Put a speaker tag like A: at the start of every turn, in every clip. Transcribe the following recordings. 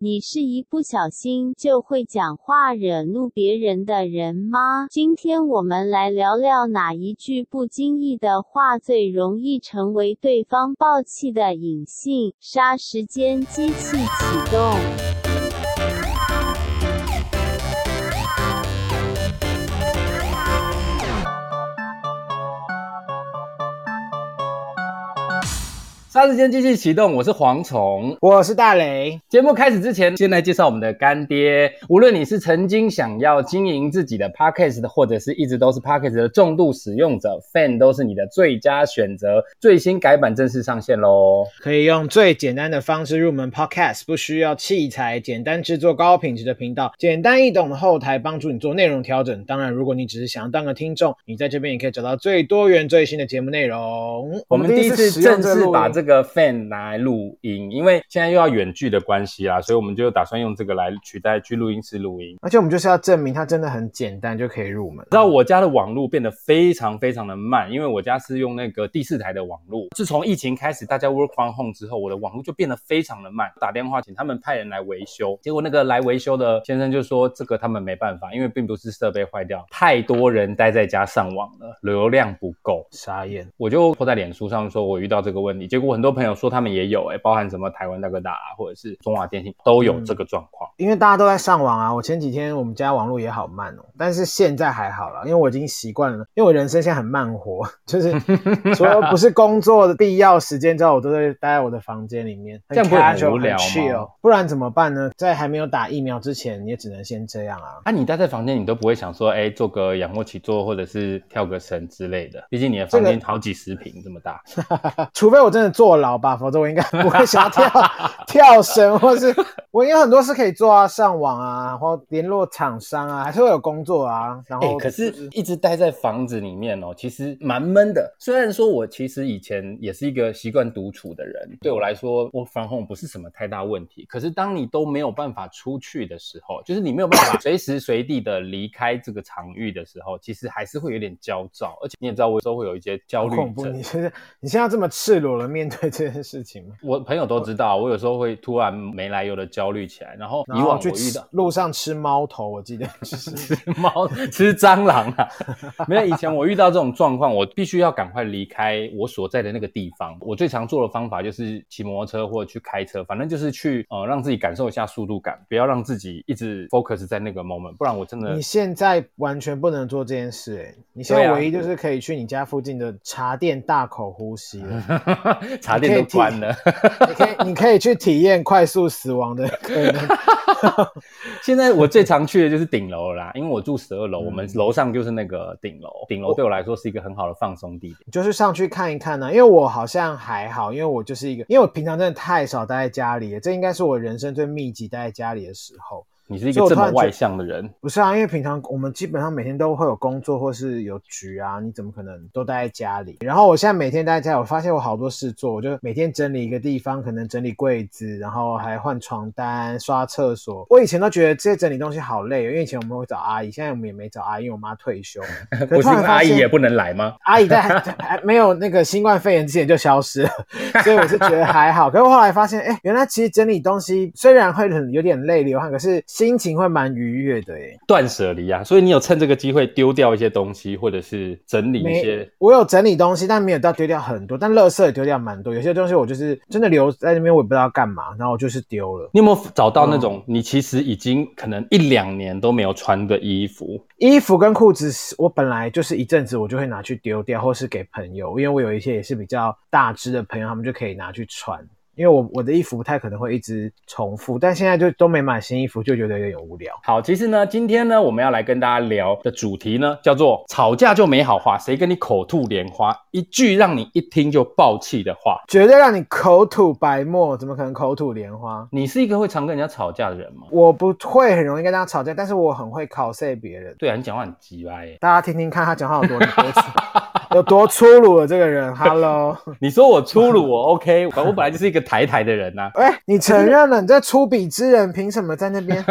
A: 你是一不小心就会讲话惹怒别人的人吗？今天我们来聊聊哪一句不经意的话最容易成为对方爆气的引信。杀时间机器启动。
B: 杀时间机器启动，我是蝗虫。
C: 我是大雷，
B: 节目开始之前，先来介绍我们的干爹。无论你是曾经想要经营自己的 podcast 的，或者是一直都是 podcast 的重度使用者，fan 都是你的最佳选择。最新改版正式上线喽！
C: 可以用最简单的方式入门 Podcast，不需要器材，简单制作高品质的频道，简单易懂的后台帮助你做内容调整。当然，如果你只是想要当个听众，你在这边也可以找到最多元最新的节目内容。
B: 我
C: 我
B: 们
C: 们
B: 第一
C: 第一次
B: 次
C: 使
B: 正
C: 用这个
B: 式
C: 录
B: 把
C: 音
B: 这个 fan 拿来录音，因为现在又要远距的关系啦，所以我们就打算用这个来取代去录音室录音。
C: 而且我们就是要证明它真的很简单就可以入门。
B: 你知道我家的网络变得非常非常的慢，因为我家是用那个第四台的网络。自从疫情开始，大家 work from home 之后，我的网络就变得非常的慢。打电话请他们派人来维修，结果那个来维修的先生就说这个他们没办法，因为并不是设备坏掉，太多人待在家上网了，流量不够。
C: 傻眼，
B: 我就泼在脸书上说，我遇到这个问题，结果很多朋友说他们也有、欸，包含什么台湾大哥大、啊、或者是中华电信都有这个状况。
C: 因为大家都在上网啊。我前几天我们家网络也好慢哦，但是现在还好了，因为我已经习惯了。因为我人生现在很慢活，就是除了不是工作的必要时间之后，我都会待在我的房间里面，
B: 这样不会很
C: casual，
B: 无聊吗
C: chill 不然怎么办呢？在还没有打疫苗之前，你也只能先这样啊。
B: 啊，你待在房间，你都不会想说，哎、做个仰卧起坐或者是跳个绳之类的。毕竟你的房间
C: 这哦
B: 好几十平这么大，
C: 除非我真的坐牢吧，否则我应该不会想要 跳跳绳，或是我有很多事可以做啊，上网啊，然后联络厂商啊，还是会有工作啊。然
B: 哎、
C: 后、
B: 可是一直待在房子里面哦，其实蛮闷的。虽然说我其实以前也是一个习惯独处的人，对我来说，我防控不是什么太大问题。可是当你都没有办法出去的时候，就是你没有办法随时随地的离开这个场域的时候，其实还是会有点焦躁。而且你也知道，我有时候会有一些焦
C: 好
B: 虑
C: 恐怖！
B: 症
C: 你。现在你现在这么赤裸的面对这件事情吗？
B: 我朋友都知道，我有时候会突然没来由的焦虑起来，然后以
C: 然后
B: 往我
C: 去
B: 遇
C: 吃
B: 到
C: 路上吃猫头，我记得 就是
B: 吃 猫吃蟑螂啊，没有以前我遇到这种状况，我必须要赶快离开我所在的那个地方。我最常做的方法就是骑摩托车或者去开车，反正就是去呃让自己感受一下速度感，不要让自己一直 focus 在那个 moment，不然我 真的
C: 你现在完全不能做这件事、哎，你现
B: 对
C: 在
B: 啊
C: 唯一就是可以去你家附近的茶店大口呼吸 了。
B: 茶店都关了。
C: 你可以，你可以去体验快速死亡的 可能。
B: 现在我最常去的就是顶楼啦，因为我住十二楼，
C: 嗯
B: 我们楼上就是那个顶楼，顶楼对我来说是一个很好的放松地点。
C: 你就是上去看一看呢、因为我好像还好，因为我就是一个，因为我平常真的太少待在家里了，这应该是我人生最密集待在家里的时候。
B: 你是一
C: 所以
B: 个
C: 我
B: 这
C: 突
B: 么
C: 然觉
B: 外
C: 得
B: 向的人，
C: 不是啊，因为平常我们基本上每天都会有工作或是有局啊，你怎么可能都待在家里？然后我现在每天待在家，我发现我好多事做，我就每天整理一个地方，可能整理柜子，然后还换床单、刷厕所。我以前都觉得这些整理东西好累哦，因为以前我们会找阿姨，现在我们也没找阿姨，因为我妈退休。可
B: 不是
C: 是突
B: 因
C: 然
B: 为
C: 发
B: 阿姨
C: 现
B: 也不能来吗？
C: 阿姨在还没有那个新冠肺炎之前就消失了，所以我是觉得还好。可是我后来发现，哎、原来其实整理东西虽然会很有点累流汗，可是心情会蛮愉悦的耶。
B: 断舍离啊，所以你有趁这个机会丢掉一些东西，或者是整理一些。
C: 我有整理东西，但没有到丢掉很多，但垃圾也丢掉蛮多。有些东西我就是真的留在那边，我也不知道干嘛，然后我就是丢了。
B: 你有没有找到那
C: 嗯
B: 种你其实已经可能一两年都没有穿的衣服？
C: 衣服跟裤子，我本来就是一阵子我就会拿去丢掉，或是给朋友，因为我有一些也是比较大只的朋友，他们就可以拿去穿。因为我我的衣服不太可能会一直重复，但现在就都没买新衣服，就觉得有点无聊。
B: 好，其实呢，今天呢，我们要来跟大家聊的主题呢，叫做吵架就没好话，谁跟你口吐莲花，一句让你一听就爆气的话。
C: 绝对让你口吐白沫，怎么可能口吐莲花？
B: 你是一个会常跟人家吵架的人吗？
C: 我不会很容易跟大家吵架，但是我很会考 o 别人。
B: 对啊，你讲话很急歪耶。
C: 大家听听看他讲话有多多气。 有多粗鲁的这个人，Hello，
B: 你说我粗鲁，我 OK，我本来就是一个台台的人啊呐、
C: 哎、你承认了你在粗鄙之人，凭什么在那边？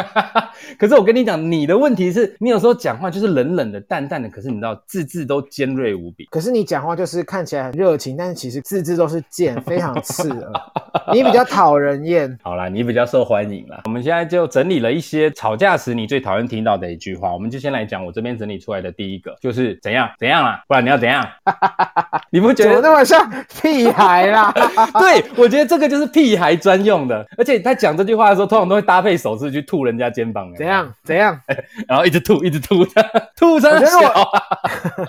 B: 可是我跟你讲，你的问题是你有时候讲话就是冷冷的、淡淡的，可是你知道字字都尖锐无比。
C: 可是你讲话就是看起来很热情，但是其实字字都是剑，非常刺耳。你比较讨人厌，
B: 好啦，你比较受欢迎啦。我们现在就整理了一些吵架时你最讨厌听到的一句话，我们就先来讲我这边整理出来的第一个，就是怎样怎样啦，不然你要怎样？ 你不觉
C: 怎么
B: 得
C: 那么像屁孩啦？
B: 对，我觉得这个就是屁孩专用的，而且他讲这句话的时候，通常都会搭配手势去吐人家肩膀，有没有
C: 怎？样怎样？
B: 然后一直吐，一直吐，吐
C: 我
B: 成
C: 觉得
B: 小
C: 我
B: 啊，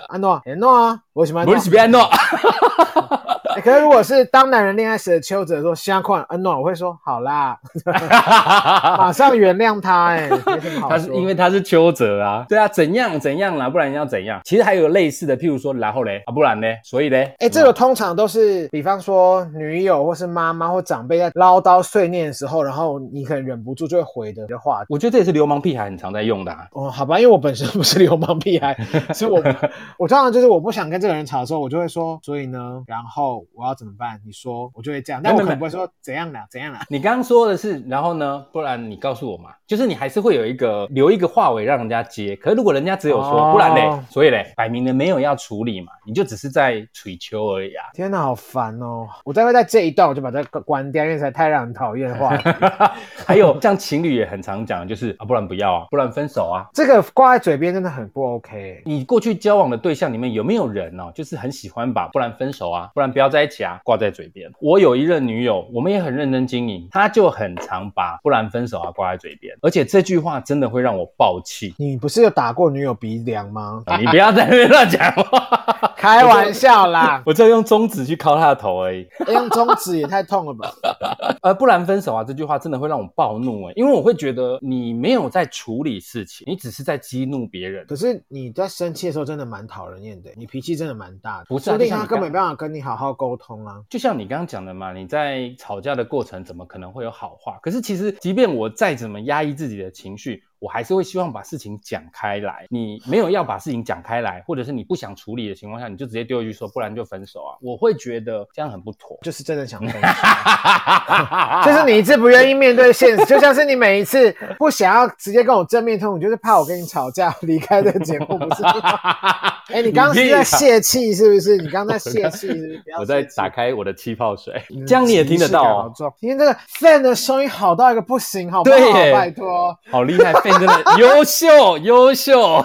C: 安诺安诺啊，我喜 欢
B: 不
C: 安
B: 是
C: 诺。
B: 别安诺。
C: 哎可是如果是当男人恋爱时的邱泽说相款安诺，我会说好啦，马上原谅他。哎，没什么 好
B: 他是
C: 说。
B: 因为他是邱泽啊，对啊，怎样怎样啦，不然要怎样？其实还有类似的，譬如说，然后嘞，啊，不然嘞，所以嘞，
C: 哎、这个通常都是，比方说女友或是妈妈或长辈在唠叨碎念的时候，然后你可能忍不住就会回的话。
B: 我觉得这也是流氓屁孩很常在用的、啊。
C: 哦，好吧，因为我本身不是流氓屁孩，所以我我通常就是我不想跟这个人吵的时候，我就会说，所以呢，然后我要怎么办？你说，我就会这样，但我
B: 没
C: 可
B: 没
C: 能
B: 没
C: 不会说怎样啦，怎样啦。
B: 你刚刚说的是，然后呢？不然你告诉我嘛，就是你还是会有一个留一个话尾让人家接。可是如果人家只有说，
C: 哦
B: 不然嘞，所以嘞，摆明了没有要处理嘛，你就只是在吹球而已啊。
C: 天哪，好烦哦！我待会在这一段我就把这个关掉，因为实在太让人讨厌话了。
B: 还有像情侣也很常讲，就是啊，不然不要啊，不然分手啊。
C: 这个挂在嘴边真的很不 OK。
B: 你过去交往的对象里面有没有人哦，就是很喜欢把不然分手啊，不然不要在一起啊，挂在嘴边？我有一任女友，我们也很认真经营，她就很常把不然分手啊挂在嘴边，而且这句话真的会让我爆气。啊
C: 你不是有打过女友鼻梁吗？
B: 你不要在那边乱讲话，
C: 开玩笑啦，
B: 我就用中指去敲他的头而已。
C: 哎用中指也太痛了吧！
B: 呃，不然分手啊，这句话真的会让我暴怒哎、因为我会觉得你没有在处理事情，你只是在激怒别人。
C: 可是你在生气的时候真的蛮讨人厌的，你脾气真的蛮大的，
B: 不是啊
C: 说不
B: 就
C: 定
B: 像
C: 他
B: 你
C: 根
B: 刚
C: 本没办法跟你好好沟通啊。
B: 就像你刚刚讲的嘛，你在吵架的过程怎么可能会有好话？可是其实，即便我再怎么压抑自己的情绪，我还是会希望把事情讲开来。你没有要把事情讲开来，或者是你不想处理的情况下，你就直接丢一句说，不然就分手啊，我会觉得这样很不妥。
C: 就是真的想分手，
B: 就
C: 就是你一直不愿意面对现实，就像是你每一次不想要直接跟我正面冲突，你就是怕我跟你吵架离开这个节目，不是？哎，你刚刚是在泄气是不是？你刚刚在泄气是不是？不要
B: 我在
C: 泄气
B: 打开我的气泡水
C: 嗯，
B: 这样你也听得到、
C: 仪式感好
B: 哦，
C: 重今天这个 fan 的声音好到一个不行，好不好
B: 对耶？
C: 拜托，
B: 好厉害 f 真的 优秀优 秀，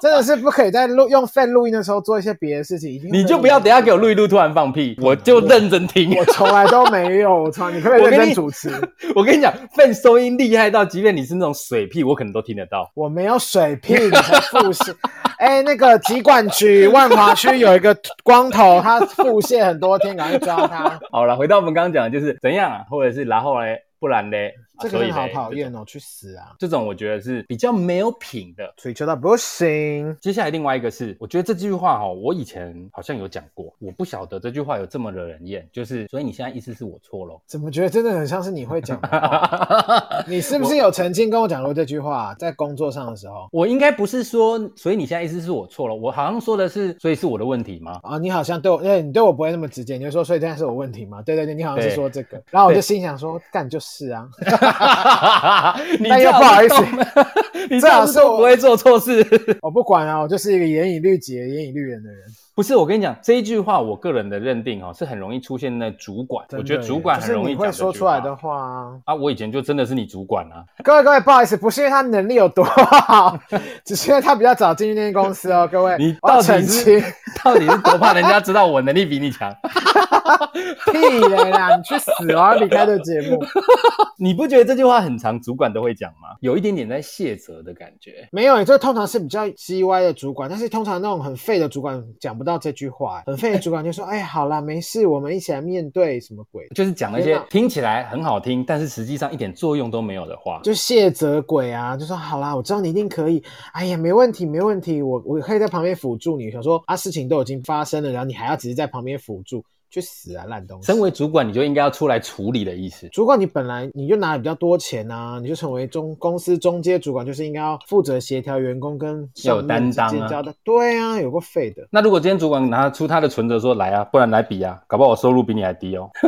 C: 真的是不可以在录用 fan 录音的时候做一些别的事情。已经
B: 你就不要等一下给我录一录，突然放屁，我就认真听。
C: 我从来都没有，我从来你可不可以
B: 我跟
C: 认
B: 你
C: 真主持？
B: 我跟你讲 f 收音厉害到，即便你是那种水屁，我可能都听得到。
C: 我没有水平，你才腹泻。 哎、那个疾管局万华区有一个光头，他腹泻很多天，赶快抓他。
B: 好了，回到我们刚刚讲的，就是怎样啊，或者是然后嘞，不然嘞，啊
C: 这个人
B: 所以
C: 好
B: 嘞
C: 讨厌哦，去死啊！
B: 这种我觉得是比较没有品的。
C: 追求到不行，
B: 接下来另外一个是，我觉得这句话哈、哦，我以前好像有讲过，我不晓得这句话有这么惹人厌，就是所以你现在意思是我错喽。
C: 怎么觉得真的很像是你会讲的话？ 你是不是有曾经跟我讲过这句话？啊在工作上的时候
B: 我应该不是说，所以你现在意思是我错了，我好像说的是，所以是我的问题吗？
C: 啊，你好像对我，对你对我不会那么直接，你就说，所以这件事有问题吗？对对对，你好像
B: 对
C: 是说这个，然后我就
B: 对
C: 心想说，干就是啊，
B: 你
C: 但
B: 这
C: 又
B: 样
C: 不好意
B: 懂，你这样
C: 最好是我
B: 说不会做错事。
C: 我不管啊，我就是一个严以律己、严以律人的人。
B: 不是，我跟你讲这一句话，我个人的认定哦，是很容易出现在主管。
C: 真
B: 我
C: 的
B: 觉得主
C: 耶
B: 管
C: 就
B: 很
C: 是
B: 容易
C: 你
B: 讲
C: 会
B: 这
C: 说
B: 句
C: 出来的话啊。
B: 啊，我以前就真的是你主管啊。
C: 各位各位，不好意思，不是因为他能力有多好，只是因为他比较早进入那间公司哦。各位，
B: 你
C: 我要
B: 到底
C: 澄
B: 是
C: 清
B: 到底是多怕人家知道我能力比你强？
C: 屁嘞啦，你去死！我要离开这个节目。
B: 你不觉得这句话很长，主管都会讲吗？有一点点在卸责的感觉。
C: 没有，这通常是比较叽歪的主管，但是通常那种很废的主管讲不到这句话，很废的主管就说：“哎，好啦，没事，我们一起来面对什么鬼。”
B: 就是讲了一
C: 天
B: 些
C: 哪
B: 听起来很好听，但是实际上一点作用都没有的话。
C: 就谢责鬼啊，就说好啦，我知道你一定可以，哎呀，没问题，没问题，我我可以在旁边辅助你。想说啊，事情都已经发生了，然后你还要只是在旁边辅助，去死啊，烂东西！
B: 身为主管，你就应该要出来处理的意思。
C: 主管，你本来你就拿比较多钱啊，你就成为中公司中阶主管，就是应该要负责协调员工跟
B: 要有
C: 上面
B: 担当啊
C: 之间交代。对啊，有过废的
B: 那如果今天主管拿出他的存折说来啊，不然来比啊，搞不好我收入比你还低哦。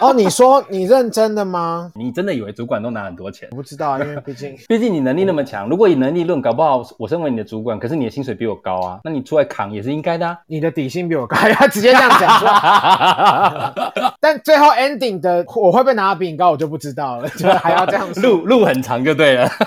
C: 哦。你说你认真的吗？
B: 你真的以为主管都拿很多钱
C: 我？不知道啊，因为 毕竟。
B: 毕竟你能力那么强，如果以能力论，搞不好我身为你的主管，可是你的薪水比我高啊，那你出来扛也是应该的、啊
C: 你的底薪比我高， 他直接这样讲 出来。
B: 啊
C: 但最后 ending 的我会不会拿的比你高，我就不知道了，就 还要这样说。
B: 路路很长就对了。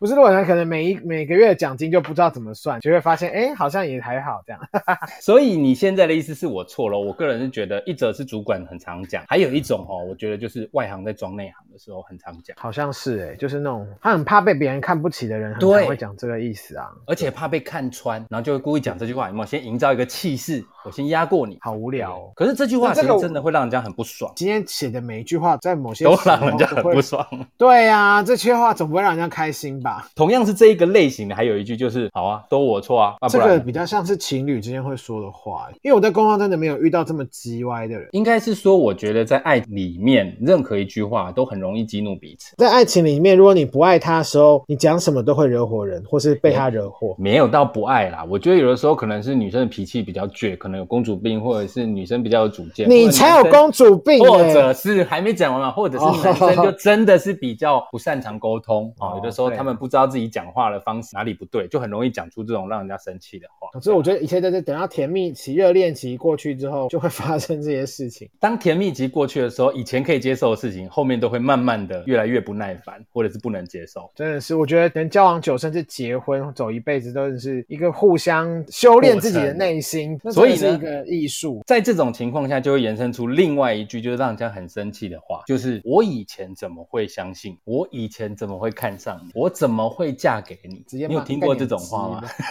C: 不是，如果人可能每一每个月的奖金就不知道怎么算，就会发现，哎、好像也还好这样。
B: 所以你现在的意思是我错了。我个人是觉得，一则是主管很常讲，还有一种哦，我觉得就是外行在装内行的时候很常讲，
C: 好像是哎、就是那种他很怕被别人看不起的人，很
B: 对
C: 常会讲这个意思啊，
B: 而且怕被看穿，然后就会故意讲这句话，有没有？先营造一个气势，我先压过你。
C: 好无聊、哦。
B: 可是这句话
C: 那
B: 其
C: 这
B: 实
C: 个我
B: 真的会让人家很不 爽，
C: 今天写的每一句话，在某些
B: 都
C: 时
B: 让
C: 候
B: 人家
C: 都
B: 很
C: 会
B: 不爽。
C: 对啊，这些话总不会让人家开心吧？
B: 同样是这一个类型的，还有一句就是好啊，都我错啊，啊不
C: 这
B: 然呢
C: 个比较像是情侣之间会说的话、因为我在工作真的没有遇到这么叽歪的人。
B: 应该是说，我觉得在爱里面，任何一句话都很容易激怒彼此。
C: 在爱情里面，如果你不爱他的时候，你讲什么都会惹火人，或是被他惹火。
B: 没有到不爱啦，我觉得有的时候可能是女生的脾气比较倔，可能有公主病，或者是女生比较有主见。
C: 你才有公主病、
B: 或者男生，或
C: 欸！
B: 者是还没讲完嘛，或者是
C: 哦
B: 男生就真的是比较不擅长沟通啊、
C: 哦
B: 有的时候
C: 对
B: 他们不知道自己讲话的方式哪里不对，就很容易讲出这种让人家生气的话。
C: 可哦是我觉得一切在这等到甜蜜期、热恋期过去之后，就会 发生这些事情。
B: 当甜蜜期过去的时候，以前可以接受的事情，后面都会慢慢的越来越不耐烦，或者是不能接受。
C: 真的是，我觉得能交往久，甚至结婚走一辈子，都是一个互相修炼自己的内心，那
B: 所以呢
C: 真的是一个艺术。
B: 在这种情况下，就会延伸出另外一句，就是让人家很生气的话，就是我以前怎么会相信？我以前怎么会看上你？我怎么会嫁给你？
C: 直接
B: 你有
C: 骂
B: 听过这种话吗？？
C: 干你鸡巴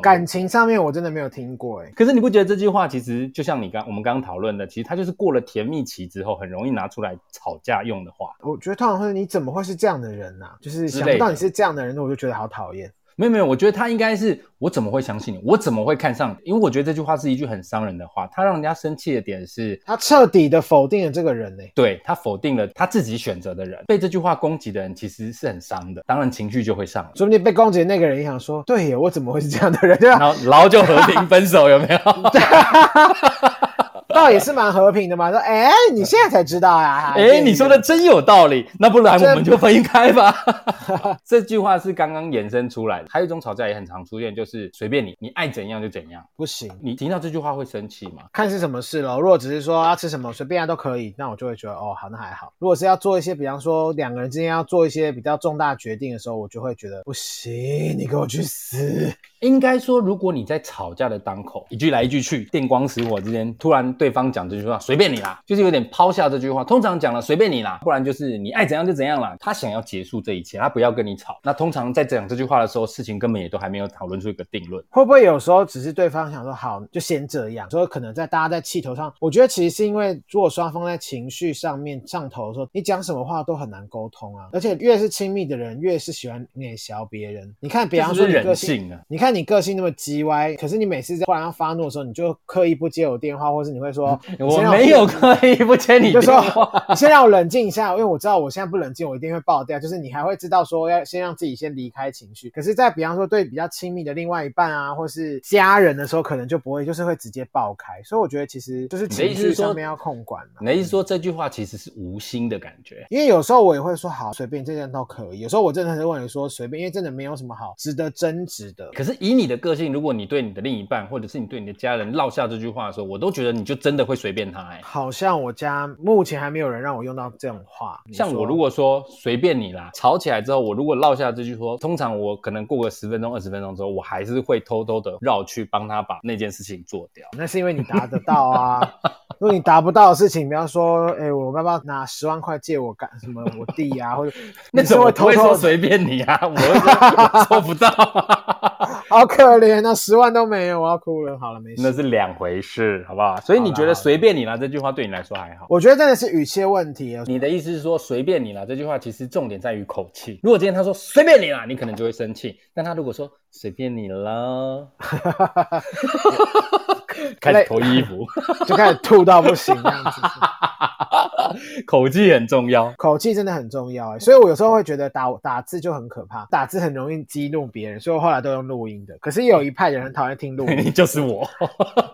C: 感情上面我真的没有听过、欸，
B: 可是你不觉得这句话其实就像你刚我们刚刚讨论的，其实它就是过了甜蜜期之后，很容易拿出来吵架用的话。
C: 我觉得通常会你怎么会是这样的人呐、啊就是
B: 之
C: 想
B: 类
C: 不
B: 的
C: 到你是这样的人，那我就觉得好讨厌。
B: 没有没有，我觉得他应该是我怎么会相信你？我怎么会看上你？因为我觉得这句话是一句很伤人的话，他让人家生气的点是
C: 他彻底的否定了这个人呢、欸
B: 对他否定了他自己选择的人，被这句话攻击的人其实是很伤的，当然情绪就会上来，
C: 说不定被攻击的那个人也想说，对耶，我怎么会是这样的人？ 对 吧？
B: 然后然后就和平分手，有没有？
C: 倒也是蛮和平的嘛。说，哎、你现在才知道啊呀、
B: 哎、你说的真有道理，那不然我们就分开吧。 这句话是刚刚衍生出来的，还有一种吵架也很常出现，就是随便你，你爱怎样就怎样。
C: 不行，
B: 你听到这句话会生气吗？
C: 看是什么事咯。如果只是说要吃什么随便啊都可以，那我就会觉得哦好，那还好。如果是要做一些，比方说两个人之间要做一些比较重大决定的时候，我就会觉得不行，你给我去死！
B: 应该说，如果你在吵架的当口，一句来一句去，电光石火之间，突然对方讲这句话，随便你啦，就是有点抛下这句话。通常讲了随便你啦，不然就是你爱怎样就怎样啦。他想要结束这一切，他不要跟你吵。那通常在讲这句话的时候，事情根本也都还没有讨论出一个定论。
C: 会不会有时候只是对方想说好，就先这样？所以可能在大家在气头上，我觉得其实是因为如果双方在情绪上面上头的时候，你讲什么话都很难沟通啊。而且越是亲密的人，越是喜欢碾削别人。你看，比方说
B: 这
C: 你
B: 是
C: 个
B: 人
C: 性。
B: 性啊。
C: 你看你个性那么叽歪，可是你每次在忽然要发怒的时候，你就刻意不接我电话，或是你会说 你
B: 我
C: 先让
B: 没有刻意不接你
C: 你就
B: 电
C: 说
B: 话，
C: 你先让我冷静一下，因为我知道我现在不冷静，我一定会爆掉。就是你还会知道说要先让自己先离开情绪，可是，在比方说对比较亲密的另外一半啊，或是家人的时候，可能就不会，就是会直接爆开。所以我觉得其实就是
B: 你的意
C: 情
B: 思是
C: 绪
B: 说
C: 上面要控管嘛、
B: 你的意思说这句话其实是无心的感觉？
C: 因为有时候我也会说好随便这样都可以，有时候我真的是问你说随便，因为真的没有什么好值得争执的。
B: 可是以你的个性，如果你对你的另一半，或者是你对你的家人落下这句话的时候，我都觉得你就真的会随便他、欸。
C: 好像我家目前还没有人让我用到这种话。你
B: 像
C: 说
B: 我如果说随便你啦，吵起来之后，我如果落下这句说，通常我可能过个十分钟、二十分钟之后，我还是会偷偷的绕去帮他把那件事情做掉。
C: 那是因为你达得到啊。如果你达不到的事情，比方说，哎、我爸爸拿十万块借我干什么？我弟啊， 或者
B: 那
C: 你是
B: 种我
C: 会
B: 不
C: 偷
B: 会说
C: 偷
B: 随便你啊， 我会说我做不到、
C: 好可怜啊，十万都没有，我要哭了。好了，没
B: 那
C: 事。
B: 是两回事，好不好？所以你觉得随便你啦这句话对你来说还好？
C: 我觉得真的是语气的 问题啊。
B: 你的意思是说随便你啦，这句话其实重点在于口气。如果今天他说随便你啦，你可能就 会生气；但他如果说随便你啦，开始脱衣服，
C: 就开始吐到不行那样子。
B: 口技很重 要。
C: 口气真的很重要哎、所以我有时候会觉得打打字就很可怕，打字很容易激怒别人，所以我后来都用录音的。可是也有一派人很讨厌听录
B: 你
C: 音，
B: 就是我，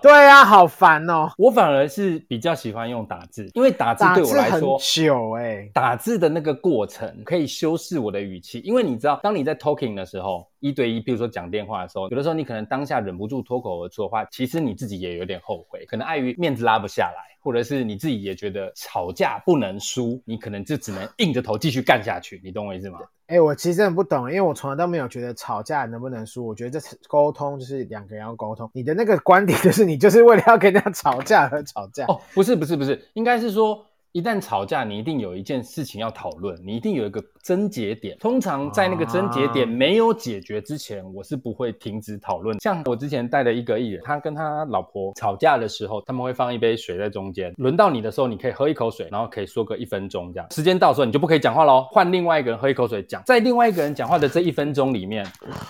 C: 对啊，好烦哦、
B: 我反而是比较喜欢用打字，因为打字
C: 打
B: 对我
C: 字
B: 来
C: 很
B: 说，
C: 久哎、
B: 打字的那个过程可以修饰我的语气，因为你知道，当你在 talking 的时候，一对一，比如说讲电话的时候，有的时候你可能当下忍不住脱口而出的话，其实你自己也有点后悔，可能碍于面子拉不下来，或者是你自己也觉得吵架不能输，你可能就只能硬着头继续干下去，你懂我意思吗？
C: 哎、我其实很不懂，因为我从来都没有觉得吵架能不能输。我觉得这是沟通就是两个人要沟通。你的那个观点就是你就是为了要跟人家吵架而吵架。
B: 哦，不是不是不是，应该是说。一旦吵架，你一定有一件事情要讨论，你一定有一个症结点。通常在那个症结点
C: 啊
B: 没有解决之前，我是不会停止讨论。像我之前带的一个艺人，他跟他老婆吵架的时候，他们会放一杯水在中间，轮到你的时候，你可以喝一口水，然后可以说个一分钟这样。时间到的时候，你就不可以讲话喽，换另外一个人喝一口水讲。在另外一个人讲话的这一分钟里面，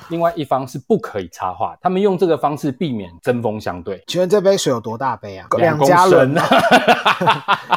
B: 另外一方是不可以插话，他们用这个方式避免针锋相对。
C: 请问这杯水有多大杯啊？两
B: 公
C: 加仑
B: 升
C: 啊，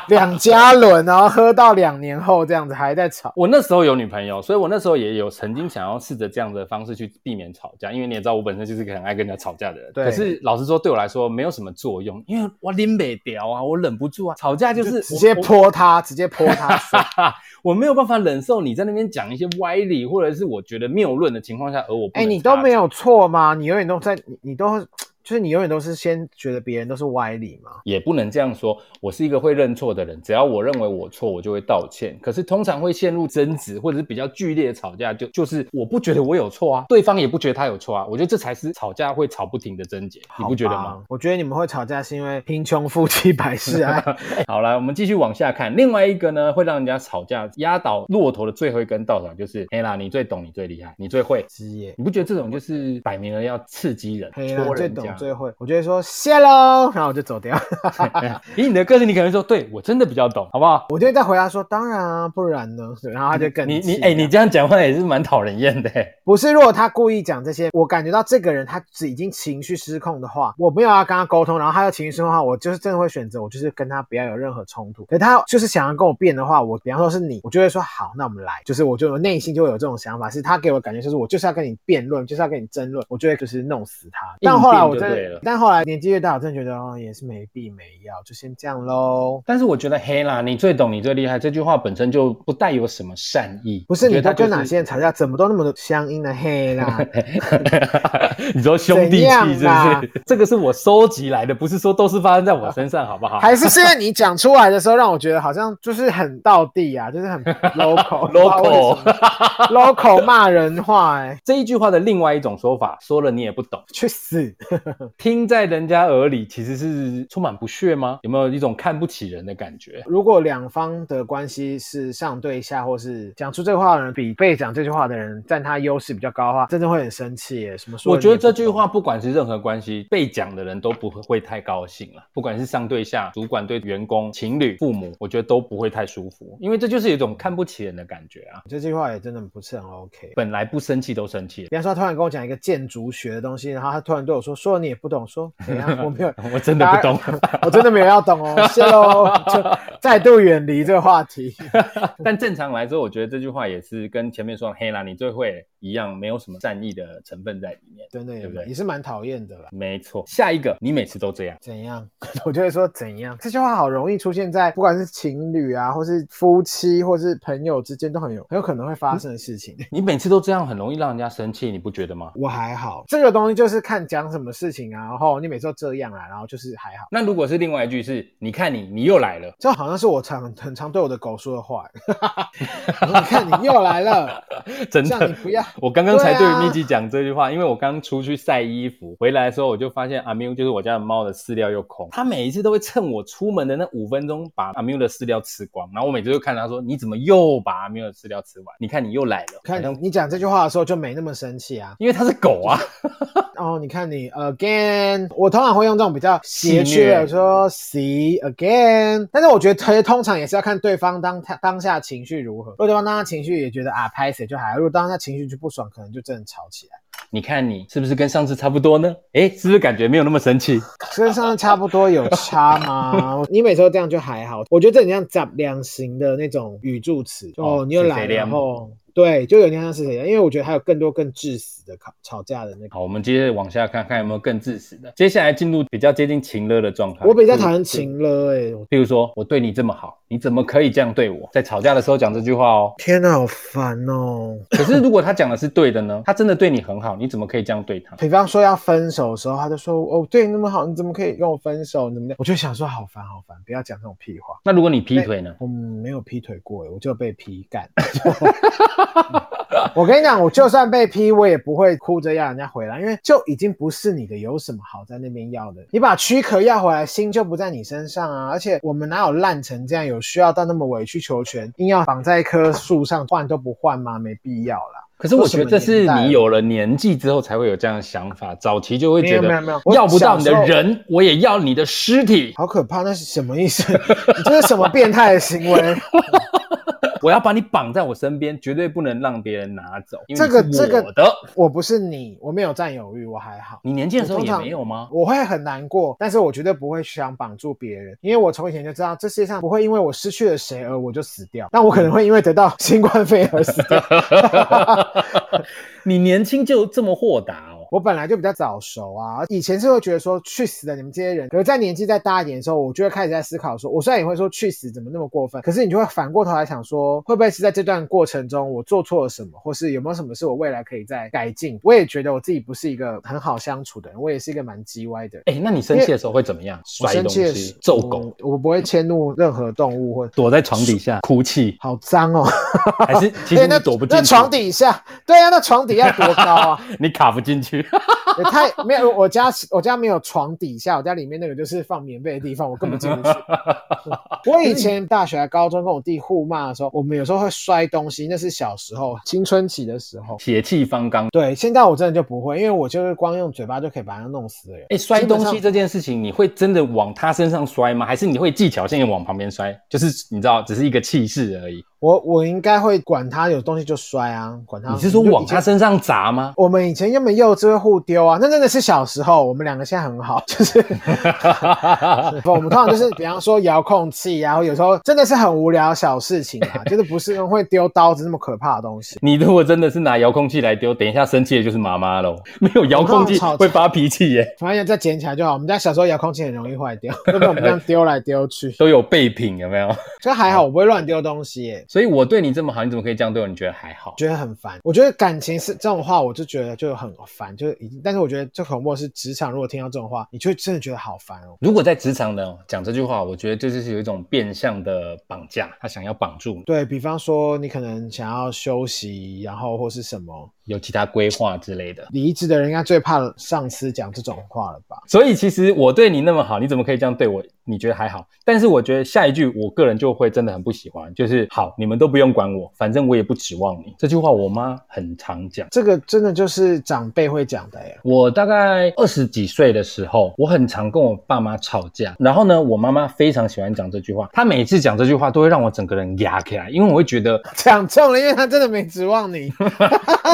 C: 两加仑，然后喝到两年后这样子还在吵。
B: 我那时候有女朋友，所以我那时候也有曾经想要试着这样的方式去避免吵架，因为你也知道我本身就是一个很爱跟人家吵架的人。
C: 对
B: 可是老实说，对我来说没有什么作用，因为我拎北屌啊，我忍不住啊，吵架就是我
C: 直接
B: 我
C: 泼他，直接泼 他水欸
B: 哈哈，我没有办法忍受你在那边讲一些歪理，或者是我觉得谬论的情况下，而我不
C: 哎、
B: 能
C: 你都
B: 插
C: 没有错吗？你永远都在，你你都就是你永远都是先觉得别人都是歪理嘛。
B: 也不能这样说，我是一个会认错的人，只要我认为我错，我就会道歉。可是通常会陷入争执或者是比较剧烈的吵架，就就是我不觉得我有错啊，对方也不觉得他有错啊，我觉得这才是吵架会吵不停的症结，你不觉得
C: 好
B: 吗？
C: 啊吧？我觉得你们会吵架是因为贫穷夫妻百 事哀。
B: 好了，我们继续往下看。另外一个呢，会让人家吵架压倒骆驼的最后一根稻草，就是黑啦，你最懂，你最厉害，你最会。
C: 之夜。
B: 你不觉得这种就是摆明了要刺激人、
C: 黑
B: 戳
C: 啦，最
B: 人
C: 懂
B: 家？
C: 最会，我就会说谢喽，然后我就走掉。
B: 以你的个性，你可能说，对我真的比较懂，好不好？
C: 我就会再回答说当然啊，不然呢？ 然后他就更
B: 你你
C: 气啊
B: 哎、你这样讲话也是蛮讨人厌的、欸
C: 不是，如果他故意讲这些，我感觉到这个人他已经情绪失控的话，我没有要跟他沟通，然后他又情绪失控的话，我就是真的会选择我就是跟他不要有任何冲突。可是他就是想要跟我辩的话，我比方说是你，我就会说好，那我们来，就是我就内心就会有这种想法，是他给我的感觉就是我就是要跟你辩论，就是要跟你争论，我就会就是弄死他。但后来我真
B: 硬辩就对了
C: 的，但后来年纪越大，我真的觉得哦也是没必没要，就先这样喽。
B: 但是我觉得黑啦，你最懂，你最厉害这句话本身就不带有什么善意。
C: 不是
B: 我觉得
C: 你都
B: 他
C: 跟
B: 就是
C: 哪些人吵架，怎么都那么多相应的嘿啦？
B: 你说兄弟
C: 怎
B: 气
C: 样
B: 是不
C: 啦
B: 是？ 这个是我收集来的，不是说都是发生在我身上，好不好？
C: 还是是因为你讲出来的时候，让我觉得好像就是很道地啊， 就是很 local
B: local。
C: local 骂人话、哎，
B: 这一句话的另外一种说法，说了你也不懂，
C: 去死！
B: 听在人家耳里，其实是充满不屑吗？有没有一种看不起人的感觉？
C: 如果两方的关系是上对下，或是讲出这话的人比被讲这句话的人占他优势比较高的话，真的会很生气耶。什么说？
B: 我觉得这句话不管是任何关系，被讲的人都不会太高兴了。不管是上对下、主管对员工、情侣、父母，我觉得都不会太舒服，因为这就是有一种看不起人的感觉啊。
C: 这句话也真的不是很 OK。
B: 本来不生气都生气了，
C: 比方说，他突然跟我讲一个建筑学的东西，然后他突然对我说：“说了你也不懂，说怎样？我没有，
B: 我真的不懂。
C: 我真的没有要懂哦，谢喽，就再度远离这个话题。”
B: 但正常来说，我觉得这句话也是跟前面说的“黑啦，你最会”一样，没有什么善意的成分在里面。
C: 真的也
B: 对不对
C: 也是蛮讨厌的啦。
B: 没错，下一个你每次都这样，
C: 怎样？ 我就会说怎样。这句话好容易出现在不管是情侣啊，或是夫妻，或是朋友之间，都很有很有可能会发生的事情。
B: 你每次都这样，很容易让人家生气，你不觉得吗？
C: 我还好，这个东西就是看讲什么事情啊，然后你每次都这样啊，然后就是还好。
B: 那如果是另外一句是“你看你，你又来了
C: 这好像是我常很常对我的狗说的话、 欸。你看你又来 了，”，
B: 真
C: 这
B: 的，
C: 样你不要。
B: 我刚刚才
C: 对
B: 对
C: 啊
B: 米奇讲这句话，因为我刚出去晒衣服回来的时候，我就发现阿喵就是我家的猫的饲料又空，它每一次都会趁我出门的那五分钟把阿喵的饲料吃光，然后我每次就看它说：“你怎么又把阿喵的饲料吃完？你看你又来了。”
C: 看
B: 好像
C: 你你讲这句话的时候就没那么生气啊。
B: 因为它是狗啊，
C: 哦，你看你 again，我通常会用这种比较
B: 戏
C: 谐趣
B: 谑
C: 的说 see again，但是我觉得其实通常也是要看对方当他当下情绪如何。如果对方当下情绪也觉得啊拍谁就还好，如果当下情绪就不爽，可能就真的吵起来。
B: 你看你是不是跟上次差不多呢？诶，是不是感觉没有那么生气？
C: 跟上次差不多有差 吗？你每次都这样就还好，我觉得这很像杂两型的那种语助词
B: 哦
C: 哦，你又
B: 谁
C: 来
B: 谁
C: 了，
B: 亮
C: 然后对，就有点像是谁，因为我觉得还有更多更致死的吵吵架的那个。
B: 好，我们接着往下看看有没有更自私的。接下来进入比较接近情乐的状态。
C: 我比较
B: 是
C: 讨厌，
B: 是
C: 情了哎、我
B: 譬如说我对你这么好，你怎么可以这样对我？在吵架的时候讲这句话哦。
C: 天啊哪，好烦哦！
B: 可是如果他讲的是对的呢？他真的对你很好，你怎么可以这样对他？
C: 比方说要分手的时候，他就说：“哦，对你那么好，你怎么可以跟我分手？怎么的？”我就想说，好烦，好烦，不要讲这种屁话。
B: 那如果你劈腿呢？
C: 我没有劈腿过耶，我就被劈干。 我跟你讲，我就算被劈，我也不会哭着要人家回来，因为就已经不是你的，有什么好在那边要的？你把躯壳要回来，心就不在你身上啊！而且我们哪有烂成这样，有需要到那么委曲求全，硬要绑在一棵树上换都不换吗？没必要啦。
B: 可是我觉得这是
C: 都什么年代
B: 你
C: 了
B: 有了年纪之后才会有这样的想法，早期就会觉得
C: 没有没有没有我
B: 要不到你的
C: 小时候
B: 人，我也要你的尸体，
C: 好可怕，那是什么意思？ 你这是什么变态的行为？
B: 我要把你绑在我身边，绝对不能让别人拿走，因为
C: 这个
B: 你是
C: 这个
B: 我的。
C: 我不是你，我没有占有欲，我还好。
B: 你年轻的时候
C: 我
B: 也
C: 通常
B: 没有吗？
C: 我会很难过，但是我绝对不会想绑住别人，因为我从以前就知道，这世界上不会因为我失去了谁而我就死掉，但我可能会因为得到新冠肺炎而死掉。
B: 你年轻就这么豁达哦。
C: 我本来就比较早熟啊，以前是会觉得说去死的你们这些人，可是在年纪再大一点的时候，我就会开始在思考说，我虽然也会说去死怎么那么过分，可是你就会反过头来想说，会不会是在这段过程中我做错了什么，或是有没有什么是我未来可以再改进？我也觉得我自己不是一个很好相处的人，我也是一个蛮叽歪的人。
B: 哎，那你生气的时候会怎么样？
C: 我
B: 摔
C: 生
B: 东
C: 气的
B: 西
C: 是、
B: 揍狗、
C: 我，我不会迁怒任何动物或
B: 躲在床底下哭泣，
C: 好脏哦。
B: 还是其
C: 对
B: 实
C: 哎那
B: 你躲不进去
C: 那床底下，对呀、啊，那床底下多高啊？
B: 你卡不进去。
C: 也太没有，我家我家没有床底下，我家里面那个就是放棉被的地方，我根本进不去。 我以前大学、高中跟我弟互骂的时候，我们有时候会摔东西，那是小时候青春期的时候。
B: 血气方刚。
C: 对，现在我真的就不会，因为我就是光用嘴巴就可以把它弄死的人。
B: 哎，摔
C: 基本
B: 东
C: 上
B: 西这件事情，你会真的往他身上摔吗？还是你会技巧性的往旁边摔？就是你知道，只是一个气势而已。
C: 我我应该会管他，有东西就摔啊，管他。
B: 你是说
C: 就
B: 往
C: 以
B: 他
C: 前
B: 身上砸吗？
C: 我们以前那么幼稚会互丢啊，那真的是小时候，我们两个现在很好， 就是不，我们通常就是比方说遥控器啊，或有时候真的是很无聊的小事情啊， 就是不是会丢刀子那么可怕的东西。
B: 你如果真的是拿遥控器来丢，等一下生气的就是妈妈喽。没有遥控器
C: 我怕吵
B: 会发脾气耶，
C: 反正再捡起来就好。我们家小时候遥控器很容易坏掉， 就被我们这样丢来丢去，
B: 都有备品有没有？
C: 所以还好我不会乱丢东西耶、
B: 所以我对你这么好，你怎么可以这样对我？你觉得还好？
C: 觉得很烦。我觉得感情是这种话，我就觉得就很烦，就是已经。但是我觉得最恐怖的是职场，如果听到这种话，你就真的觉得好烦哦。
B: 如果在职场呢讲这句话，我觉得这就是有一种变相的绑架，他想要绑住你，
C: 对比方说，你可能想要休息，然后或是什么
B: 有其他规划之类的。
C: 离职的人，应该最怕上司讲这种话了吧？
B: 所以其实我对你那么好，你怎么可以这样对我？你觉得还好？但是我觉得下一句，我个人就会真的很不喜欢，就是好，你们都不用管我，反正我也不指望你。这句话我妈很常讲。
C: 这个真的就是长辈会讲的耶。
B: 我大概二十几岁的时候，我很常跟我爸妈吵架。然后呢，我妈妈非常喜欢讲这句话，她每次讲这句话都会让我整个人压起来，因为我会觉得
C: 讲中了，因为他真的没指望你。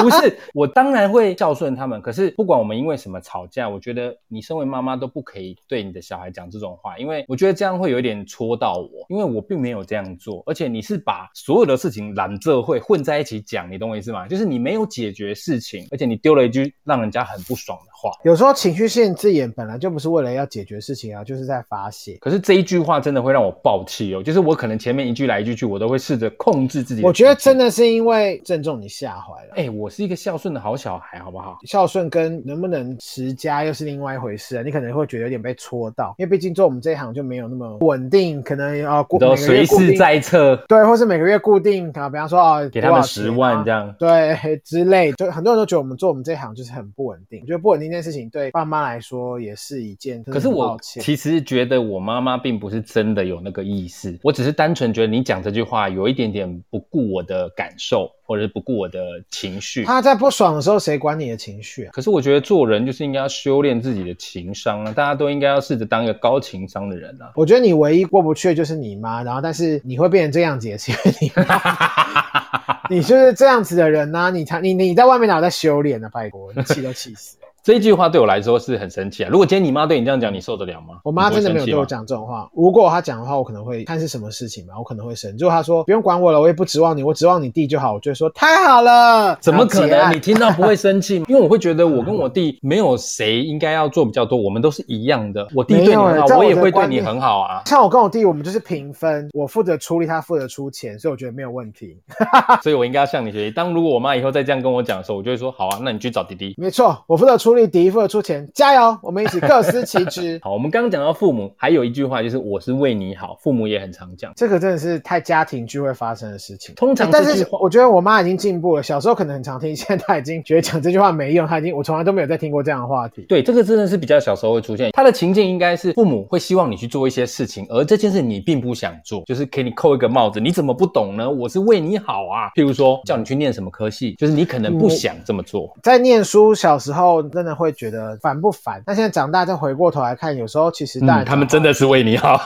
B: 不是，我当然会孝顺他们。可是不管我们因为什么吵架，我觉得你身为妈妈都不可以对你的小孩讲这种话，因为我觉得这样会有一点戳到我，因为我并没有这样做，而且你是把所有的事情揽这会混在一起讲，你懂我意思吗？就是你没有解决事情，而且你丢了一句让人家很不爽的话。
C: 有时候情绪性字眼本来就不是为了要解决事情啊，就是在发泄。
B: 可是这一句话真的会让我爆气哦，就是我可能前面一句来一句去，我都会试着控制自己。
C: 我觉得真
B: 的，
C: 的是因为正中你吓坏了。
B: 哎、我是一个孝顺的好小孩，好不好？
C: 孝顺跟能不能持家又是另外一回事、啊，你可能会觉得有点被戳到，因为毕竟做我们这一行就没有那么稳定，可能啊，固
B: 我都
C: 每个
B: 随
C: 月固
B: 时
C: 定
B: 在侧，
C: 对，或是每个月固定啊，比方说啊，
B: 给他们
C: 多少钱
B: 十
C: 啊
B: 万这样。
C: 对之类，就很多人都觉得我们做我们这一行就是很不稳定。我觉得不稳定这件事情对爸妈来说也是一件，
B: 可是
C: 真的很
B: 我
C: 抱歉
B: 其实觉得我妈妈并不是真的有那个意思，我只是单纯觉得你讲这句话有一点点不顾我的感受，或者是不顾我的情绪。
C: 他在不爽的时候，谁管你的情绪啊？
B: 可是我觉得做人就是应该要修炼自己的情商啊，大家都应该要试着当一个高情商的人啊。
C: 我觉得你唯一过不去的就是你妈，然后但是你会变成这样子，也是因为你妈。 你就是这样子的人呐、你才你你在外面哪有在修炼呢、拜托，你气都气死了。
B: 这一句话对我来说是很生气啊！如果今天你妈对你这样讲，你受得了吗？
C: 我
B: 你
C: 妈
B: 不会
C: 真的没有
B: 生气
C: 对我
B: 吗。
C: 讲这种话。如果她讲的话，我可能会看是什么事情吧，我可能会生气。如果她说不用管我了，我也不指望你，我指望你弟就好，我就会说太好了。
B: 怎么可
C: 然后
B: 能？
C: 结
B: 你
C: 案？嗯
B: 听到不会生气吗？因为 我会觉得我跟我弟没有谁应该要做比较多，我们都是一样的。我弟对你
C: 没
B: 很
C: 有
B: 好
C: 欸，在我
B: 也
C: 的
B: 会对
C: 观
B: 你
C: 念。
B: 很好啊
C: 像我跟我弟，我们就是平分，我负责出力，他负责出钱，所以我觉得没有问题。
B: 所以我应该要向你学习。当如果我妈以后再这样跟我讲的时候，我就会说：好啊，那你去找弟弟。。
C: 没错，我负责出力，迪负责出钱，加油，我们一起各司其职
B: 好，我们刚刚讲到父母，还有一句话就是“我是为你好”，父母也很常讲。
C: 这个真的是太家庭聚会发生的事情。
B: 通常
C: 但
B: 这句
C: 是
B: 话，
C: 我觉得我妈已经进步了，小时候可能很常听，现在她已经觉得讲这句话没用，她已经我从来都没有再听过这样的话题。
B: 对这个真的是比较小时候会出现。他的情境应该是父母会希望你去做一些事情，而这件事你并不想做，就是给你扣一个帽子，你怎么不懂呢？我是为你好啊。譬如说叫你去念什么科系，就是你可能不想这么做。
C: 在念书小时候真的会觉得烦不烦，但现在长大再回过头来看，有时候其实大
B: 嗯，
C: 人、
B: 他们真的是为你好，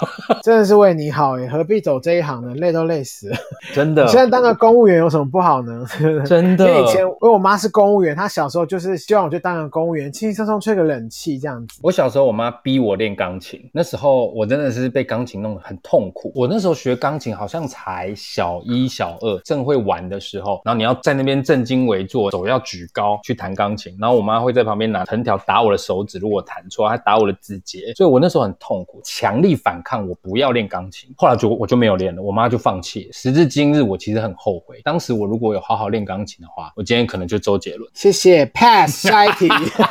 C: 真的是为你好耶，何必走这一行呢？累都累死了。
B: 真的
C: 现，在当个公务员有什么不好呢？
B: 真
C: 因为以
B: 的。
C: 前因为我妈是公务员，她小时候就是希望我去当个公务员，轻轻松松吹个冷气这样子。
B: 我小时候，我妈逼我练钢琴，那时候我真的是被钢琴弄得很痛苦。我那时候学钢琴好像才小一、小二，正会玩的时候，然后你要在那边正襟危坐，手要举高去弹钢琴，然后我妈会在旁边拿藤条打我的手指，如果弹错，还打我的指节，所以我那时候很痛苦，强力反抗，我不要练钢琴。后来就我就没有练了，我妈就放弃了。时至今日，我其实很后悔，当时我如果有好好练钢琴的话，我今天可能就周杰伦。
C: 谢谢 ，pass 下一题。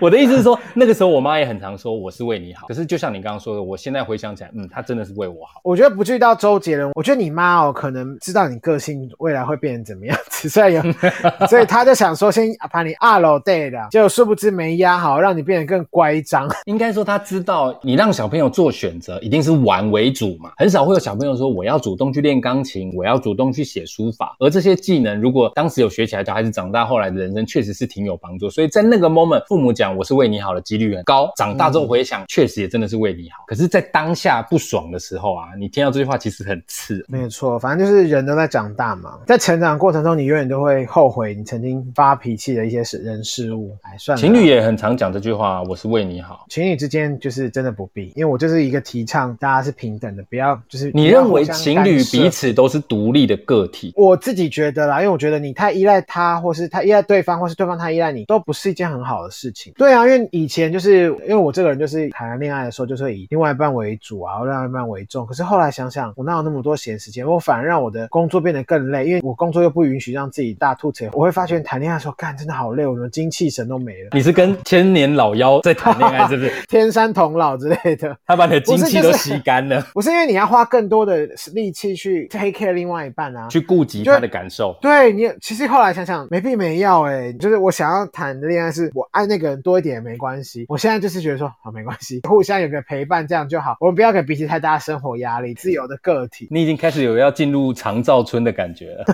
B: 我的意思是说，那个时候我妈也很常说我是为你好，可是就像你刚刚说的，我现在回想起来，嗯，她真的是为我好。
C: 我觉得不去到周杰伦，我觉得你妈哦，可能知道你个性未来会变成怎么样子， 所以有， 所以她就想说先把你二楼带了，结果殊不知没压好，让你变得更乖张。
B: 应该说她知道你让小朋友做选择，一定是玩为主嘛，很少会有小朋友说我要主动去练钢琴，我要主动去写书法。而这些技能如果当时有学起来，小孩子长大后来的人生确实是挺有帮助。所以在那个 moment，父母讲我是为你好的几率很高。长大之
C: 嗯
B: 后回想，确实也真的是为你好。可是，在当下不爽的时候啊，你听到这句话其实很刺耳。
C: 没有错，反正就是人都在长大嘛，在成长过程中，你永远都会后悔你曾经发脾气的一些事人事物。哎，算了，
B: 情侣也很常讲这句话，啊我是为你好。
C: 情侣之间就是真的不必，因为我就是一个提倡大家是平等的，不要就是
B: 你
C: 不要
B: 认为
C: 互相
B: 情侣
C: 干涉
B: 彼此都是独立的个体？
C: 我自己觉得啦，因为我觉得你太依赖他，或是他依赖对方，或是对方太依赖你，都不是一件很好的事情。对啊，因为以前就是因为我这个人就是谈恋爱的时候，就是会以另外一半为主啊，另外一半为重。可是后来想想，我哪有那么多闲时间？我反而让我的工作变得更累，因为我工作又不允许让自己大吐槽。我会发现谈恋爱的时候，干真的好累，我们精气神都没了，
B: 你是跟千年老妖在谈恋爱，是不是？
C: 天山童姥之类的。
B: 他把你的精气都
C: 不是就是
B: 吸干了，
C: 不是因为你要花更多的力气去 take care 另外一半啊，
B: 去顾及他的感受。
C: 对你，其实后来想想没必没要哎、就是我想要谈的恋爱是我爱那个人多一点也没关系。我现在就是觉得说，好没关系， 互相有个陪伴这样就好。我们不要给彼此太大的生活压力，自由的个体。
B: 你已经开始有要进入长照村的感 觉了。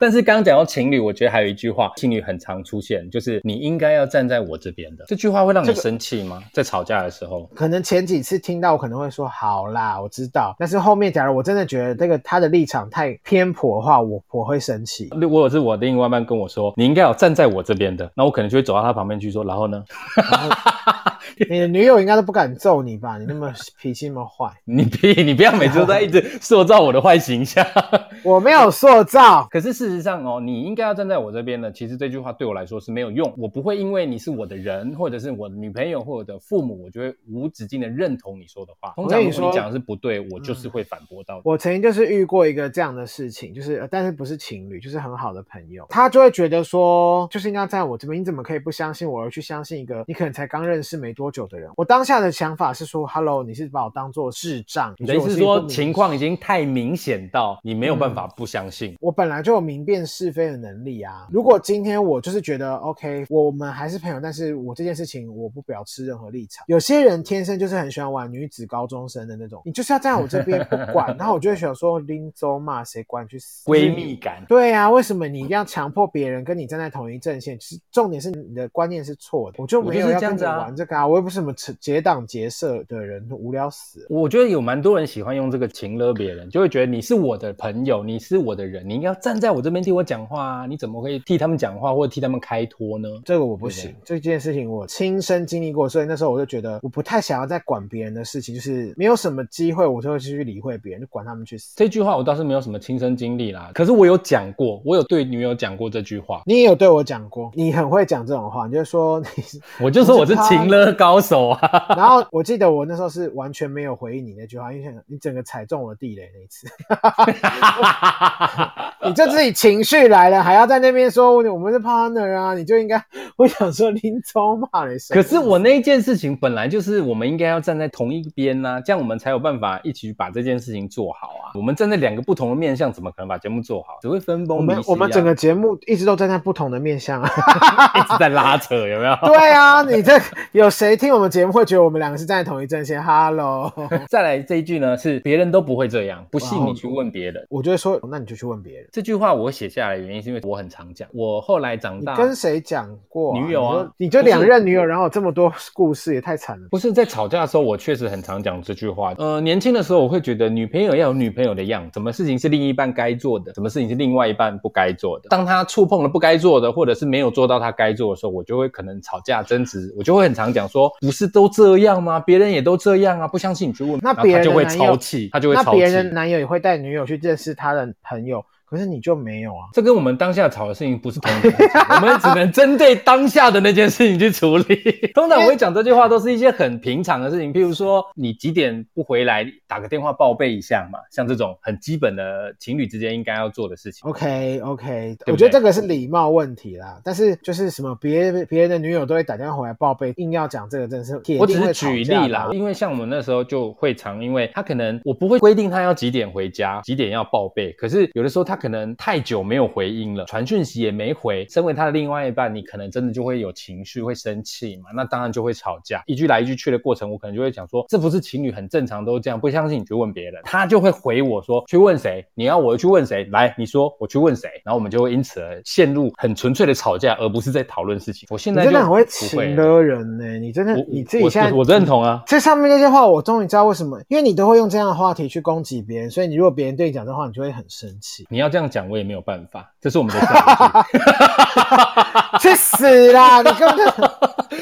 B: 但是刚刚讲到情侣，我觉得还有一句话，情侣很常出现，就是你应该要站在我这边的。这句话会让你
C: 这个
B: 生气吗？在吵架的时候，
C: 可能前几次听到我可能会说好啦，我知道。但是后面假如我真的觉得这个他的立场太偏颇的话，我我会生气。
B: 如果是我的另外一半跟我说你应该有站在我这边的，那我可能就会走到他旁边去说，然后呢，
C: 你的女友应该都不敢揍你吧？你那么脾气那么坏，
B: 你别你不要每次都在一直塑造我的坏形象。
C: 我没有塑造。
B: 可是事实上哦，你应该要站在我这边的。其实这句话对我来说是没有用，我不会因为你是我的人，或者是我的女朋友，或者我的父母，我就会无止境的认同你说的话。通
C: 我
B: 常
C: 跟
B: 如
C: 你
B: 果你
C: 说嗯
B: 讲的是不对，我就是会反驳到底。
C: 我曾经就是遇过一个这样的事情，就是呃但是不是情侣，就是很好的朋友，他就会觉得说，就是应该在我这边，你怎么可以不相信我而去相信一个你可能才刚认识没多久的人？我当下的想法是说，Hello，你是把我当做智障？
B: 你
C: 觉
B: 的
C: 得
B: 意
C: 我
B: 思是
C: 一个嗯
B: 说
C: 不明
B: 情况已经太明显到你没有办法不相信？
C: 我本来就有明辨是非的能力啊。如果今天我就是觉得 OK，我们还是朋友，但是我这件事情我不表示任何立场。有些人天生就是很喜欢玩女子高中生的那种，你就是要站在我这边不管，然后我就会想说拎走嘛，谁管你去死？
B: 闺蜜感。
C: 对啊，为什么你一定要强迫别人跟你站在同一阵线？其实重点是你的观念是错的，我就没有要跟你玩这个啊，我我又不是什么结结党结社的人，无聊死了。
B: 我觉得有蛮多人喜欢用这个情勒别人，就会觉得你是我的朋友，你是我的人，你应该要站在我这边替我讲话啊！你怎么可以替他们讲话或者替他们开脱呢？
C: 这个我不
B: 对不对
C: 行，这件事情我亲身经历过，所以那时候我就觉得我不太想要再管别人的事情，就是没有什么机会，我就会去理会别人，就管他们去死。
B: 这句话我倒是没有什么亲身经历啦，可是我有讲过，我有对女友讲过这句话，
C: 你也有对我讲过，你很会讲这种话，你就说你 是
B: 我就说我是情勒高手啊！
C: 然后我记得我那时候是完全没有回应你那句话，因为想你整个踩中我的地雷那一次， 你就自己情绪来了，还要在那边说我们是 partner 啊，你就应该，我想说 林走马嘞，
B: 可是我那一件事情本来就是我们应该要站在同一边呐、这样我们才有办法一起把这件事情做好啊。我们站在两个不同的面向，怎么可能把节目做好？只会分
C: 我
B: 崩离析、
C: 们
B: 啊。
C: 我们整个节目一直都站在不同的面向啊，
B: 一直在拉扯，有没有？
C: 对啊，你这有谁听我们节目会觉得我们两个是站在同一阵线？Hello，
B: 再来这一句呢，是别人都不会这样，不信
C: 哇
B: 你去问别人。
C: 我就会说，那你就去问别人，
B: 这句话我写下来的原因是因为我很常讲，我后来长
C: 你
B: 大。
C: 跟谁讲过、
B: 啊女友啊
C: 你就你就
B: 不是
C: 两任女友，然后有这么多故事，也太惨了。
B: 不是在吵架的时候，我确实很常讲这句话。呃，年轻的时候我会觉得女朋友要有女朋友的样子，什么事情是另一半该做的，什么事情是另外一半不该做的。当他触碰了不该做的，或者是没有做到他该做的时候，我就会可能吵架争执，我就会很常讲说，不是都这样吗？别人也都这样啊，不相信你去问，
C: 那
B: 然后
C: 别人
B: 他就会
C: 的男友
B: 超气，他就会
C: 那
B: 超气。
C: 别人的男友也会带女友去认识他的朋友，可是你就没有啊。
B: 这跟我们当下吵的事情不是同一件事情，我们只能针对当下的那件事情去处理。通常我会讲这句话，都是一些很平常的事情，譬如说你几点不回来，打个电话报备一下嘛，像这种很基本的情侣之间应该要做的事情。
C: OK OK，
B: 对
C: 我觉得这个是礼貌问题啦。但是就是什么别别人的女友都会打电话回来报备，硬要讲这个，真的是铁
B: 我只
C: 定
B: 是
C: 会吵
B: 举
C: 架
B: 例
C: 的
B: 啦
C: 啊，
B: 因为像我们那时候就会常，因为他可能我不会规定他要几点回家，几点要报备，可是有的时候他可能太久没有回音了，传讯息也没回，身为他的另外一半，你可能真的就会有情绪，会生气嘛，那当然就会吵架，一句来一句去的过程，我可能就会讲说，这不是情侣很正常，都这样，不相信你去问别人，他就会回我说去问谁，你要我去问谁，来你说我去问谁，然后我们就会因此而陷入很纯粹的吵架，而不是在讨论事情。我现
C: 你
B: 在
C: 真的
B: 就
C: 很会
B: 不会了
C: 请的人呢、你真的
B: 我
C: 你自己
B: 我
C: 现在
B: 我我认同啊，。
C: 这上面那些话，我终于知道为什么，因为你都会用这样的话题去攻击别人，所以你如果别人对你讲这话，你就会很生气
B: 你要这样讲，我也没有办法，这是我们 的下一句。
C: 去死啦！你 根本就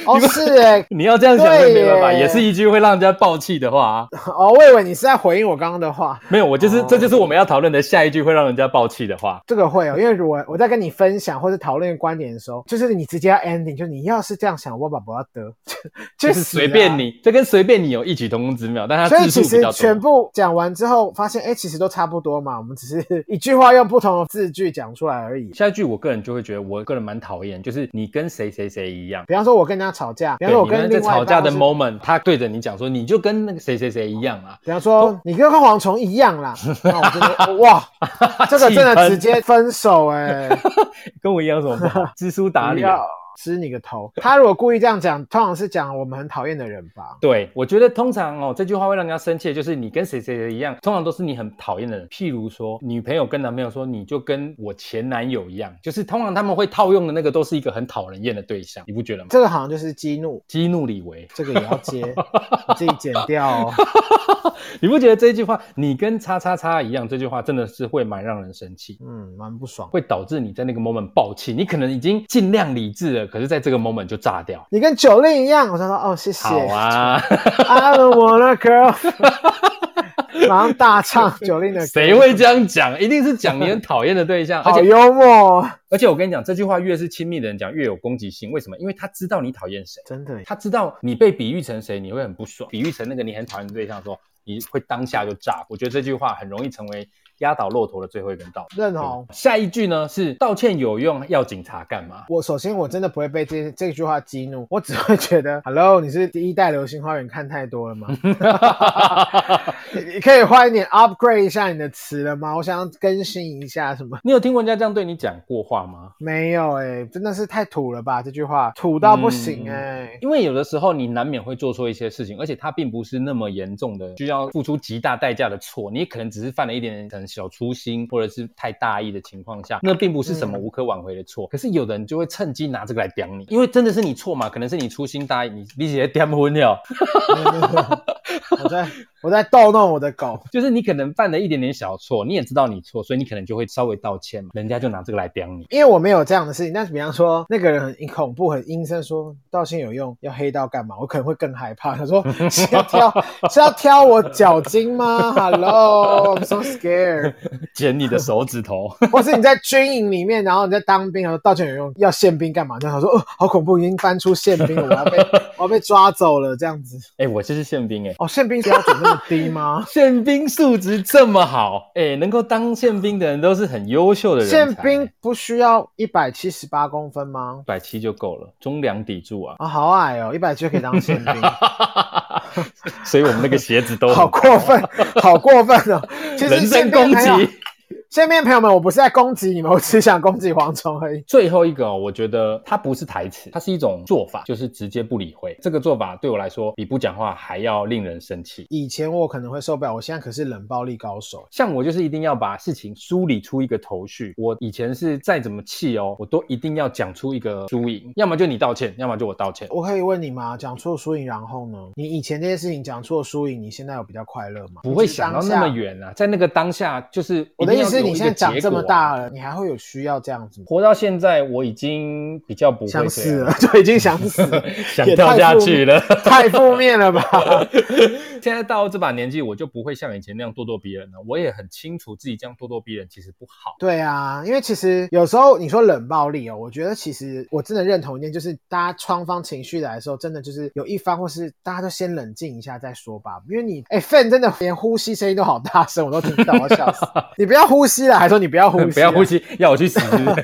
C: 哦是哎、
B: 你要这样讲，我也没办法，
C: 对耶
B: 也是一句会让人家爆气的话、啊。
C: 哦，我以为你是在回应我刚刚的话。
B: 没有，我就是、
C: 哦
B: 这就是我们要讨论的下一句会让人家爆气的话。
C: 这个会哦，因为我我在跟你分享或者讨论观点的时候，就是你直接要 ending，就是你要是这样想，我把不要得， 就
B: 就是随便。
C: 去死啊
B: 你，这跟随便你有异曲同工之妙，但它
C: 所以
B: 字数
C: 其
B: 比
C: 实
B: 较
C: 全
B: 多。
C: 部讲完之后，发现哎，其实都差不多嘛，我们只是一句话用不同的字句讲出来而已。
B: 下一句，我个人就会觉得，我个人蛮讨厌，就是你跟谁谁谁一样。
C: 比方说，我跟人家吵架，比
B: 对，
C: 方说我
B: 你
C: 跟
B: 们
C: 另
B: 在
C: 外
B: 吵
C: 一半
B: 架的
C: 或是
B: moment，他对着你讲说，你就跟那个谁谁谁一样啊。
C: 比方说你跟蝗虫一 样啦，那我真的哇，这个真
B: 气
C: 的
B: 喷
C: 直接分手 哎、
B: 跟我一样有什么不 好？知书达
C: 不
B: 理啊、
C: 要吃你个头！他如果故意这样讲，通常是讲我们很讨厌的人吧。
B: 对，我觉得通常哦，这句话会让人家生气，就是你跟谁谁谁一样，通常都是你很讨厌的人。譬如说，女朋友跟男朋友说，你就跟我前男友一样，就是通常他们会套用的那个都是一个很讨人厌的对象，你不觉得吗？
C: 这个好像就是激怒，
B: 激怒李维，
C: 这个也要接，你自己剪掉哦。
B: 你不觉得这句话“你跟叉叉叉一样”这句话真的是会蛮让人生气，
C: 嗯，蛮不爽。
B: 会导致你在那个 moment 爆气。你可能已经尽量理智了，可是在这个 moment 就炸掉。
C: 你跟九令一样，我说说哦，谢谢。
B: 好啊，
C: I don't wanna girl，马 上大唱九令的歌，
B: 谁会这样讲？一定是讲你很讨厌的对象，而
C: 好
B: 且
C: 幽默哦，
B: 而且我跟你讲，这句话越是亲密的人讲，越有攻击性。为什么？因为他知道你讨厌谁，
C: 真的耶。
B: 他知道你被比喻成谁，你会很不爽。比喻成那个你很讨厌的对象的时候，你会当下就炸。我觉得这句话很容易成为压倒骆驼的最后一根稻草。
C: 认
B: 对
C: 同。
B: 下一句呢是道歉有用，要警察干嘛？
C: 我首先我真的不会被这这句话激怒，我只会觉得，Hello，你是第一代流星花园看太多了吗？你你可以换一点 upgrade 一下你的词了吗？我想要更新一下什么？
B: 你有听过人家这样对你讲过话吗？
C: 没有哎、真的是太土了吧？这句话土到不行
B: 嗯
C: 哎、
B: 因为有的时候你难免会做错一些事情，而且它并不是那么严重的，需要付出极大代价的错，你可能只是犯了一点点小粗心或者是太大意的情况下，那并不是什么
C: 嗯
B: 无可挽回的错。可是有的人就会趁机拿这个来刁你，因为真的是你错嘛，可能是你粗心大意，你你直接颠昏了。
C: 我在我在逗弄我的狗，
B: 就是你可能犯了一点点小错，你也知道你错，所以你可能就会稍微道歉嘛，人家就拿这个来刁你。
C: 因为我没有这样的事情。但是比方说那个人很恐怖、很阴森，说道歉有用，要黑道干嘛？我可能会更害怕。他 说是要挑是要挑我脚筋吗？Hello，I'm so scared。
B: 剪你的手指头，
C: 或是你在军营里面，然后你在当兵，然后道歉有用，要宪兵干嘛？然后他说哦，好恐怖，已经翻出宪兵了，我要 被我要被抓走了这样子。
B: 哎、我这是宪兵哎、？
C: 哦，宪兵标准那么低吗
B: 宪兵素质这么好，哎、能够当宪兵的人都是很优秀的人才。
C: 宪兵不需要一百七十八公分吗，
B: 一？百七就够了，中梁砥柱啊
C: 啊、好矮哦，一百七就可以当宪 兵，
B: 哦所以我们那个鞋子都很
C: 好 过分，好过分哦！其实
B: 人身
C: 宪兵
B: 攻
C: 的朋友
B: 击。。
C: 宪兵的朋友们，我不是在攻击你们，我只想攻击蝗虫而已。
B: 最后一个、哦，我觉得它不是台词，它是一种做法，就是直接不理会。这个做法对我来说比不讲话还要令人生气。
C: 以前我可能会受不了，我现在可是冷暴力高手。
B: 像我就是一定要把事情梳理出一个头绪。我以前是再怎么气哦，我都一定要讲出一个输赢，要么就你道歉，要么就我道歉。
C: 我可以问你吗？讲错输赢，然后呢？你以前这些事情讲错输赢，你现在有比较快乐吗？
B: 不会想到
C: 你是
B: 那
C: 当下
B: 么。远啊，在那个当下，就是
C: 我的意思是，你现在
B: 讲
C: 长这么大，了，你还会有需要这样子吗？
B: 啊活到现在，我已经比较不会
C: 想
B: 这
C: 死
B: 样
C: 了，， 就已经想死了，
B: 想跳下去了。
C: 太负面了吧？
B: 现在到这把年纪，我就不会像以前那样咄咄逼人了。我也很清楚自己这样咄咄逼人其实不好。
C: 对啊，因为其实有时候你说冷暴力哦，我觉得其实我真的认同一点，就是大家双方情绪来的时候，真的就是有一方或是大家都先冷静一下再说吧。因为你哎，Fan 真的连呼吸声音都好大声，我都听不到，我要 笑死。你不要呼吸了，还说你不要呼吸，啊
B: 不要呼。吸，要我去死！是不是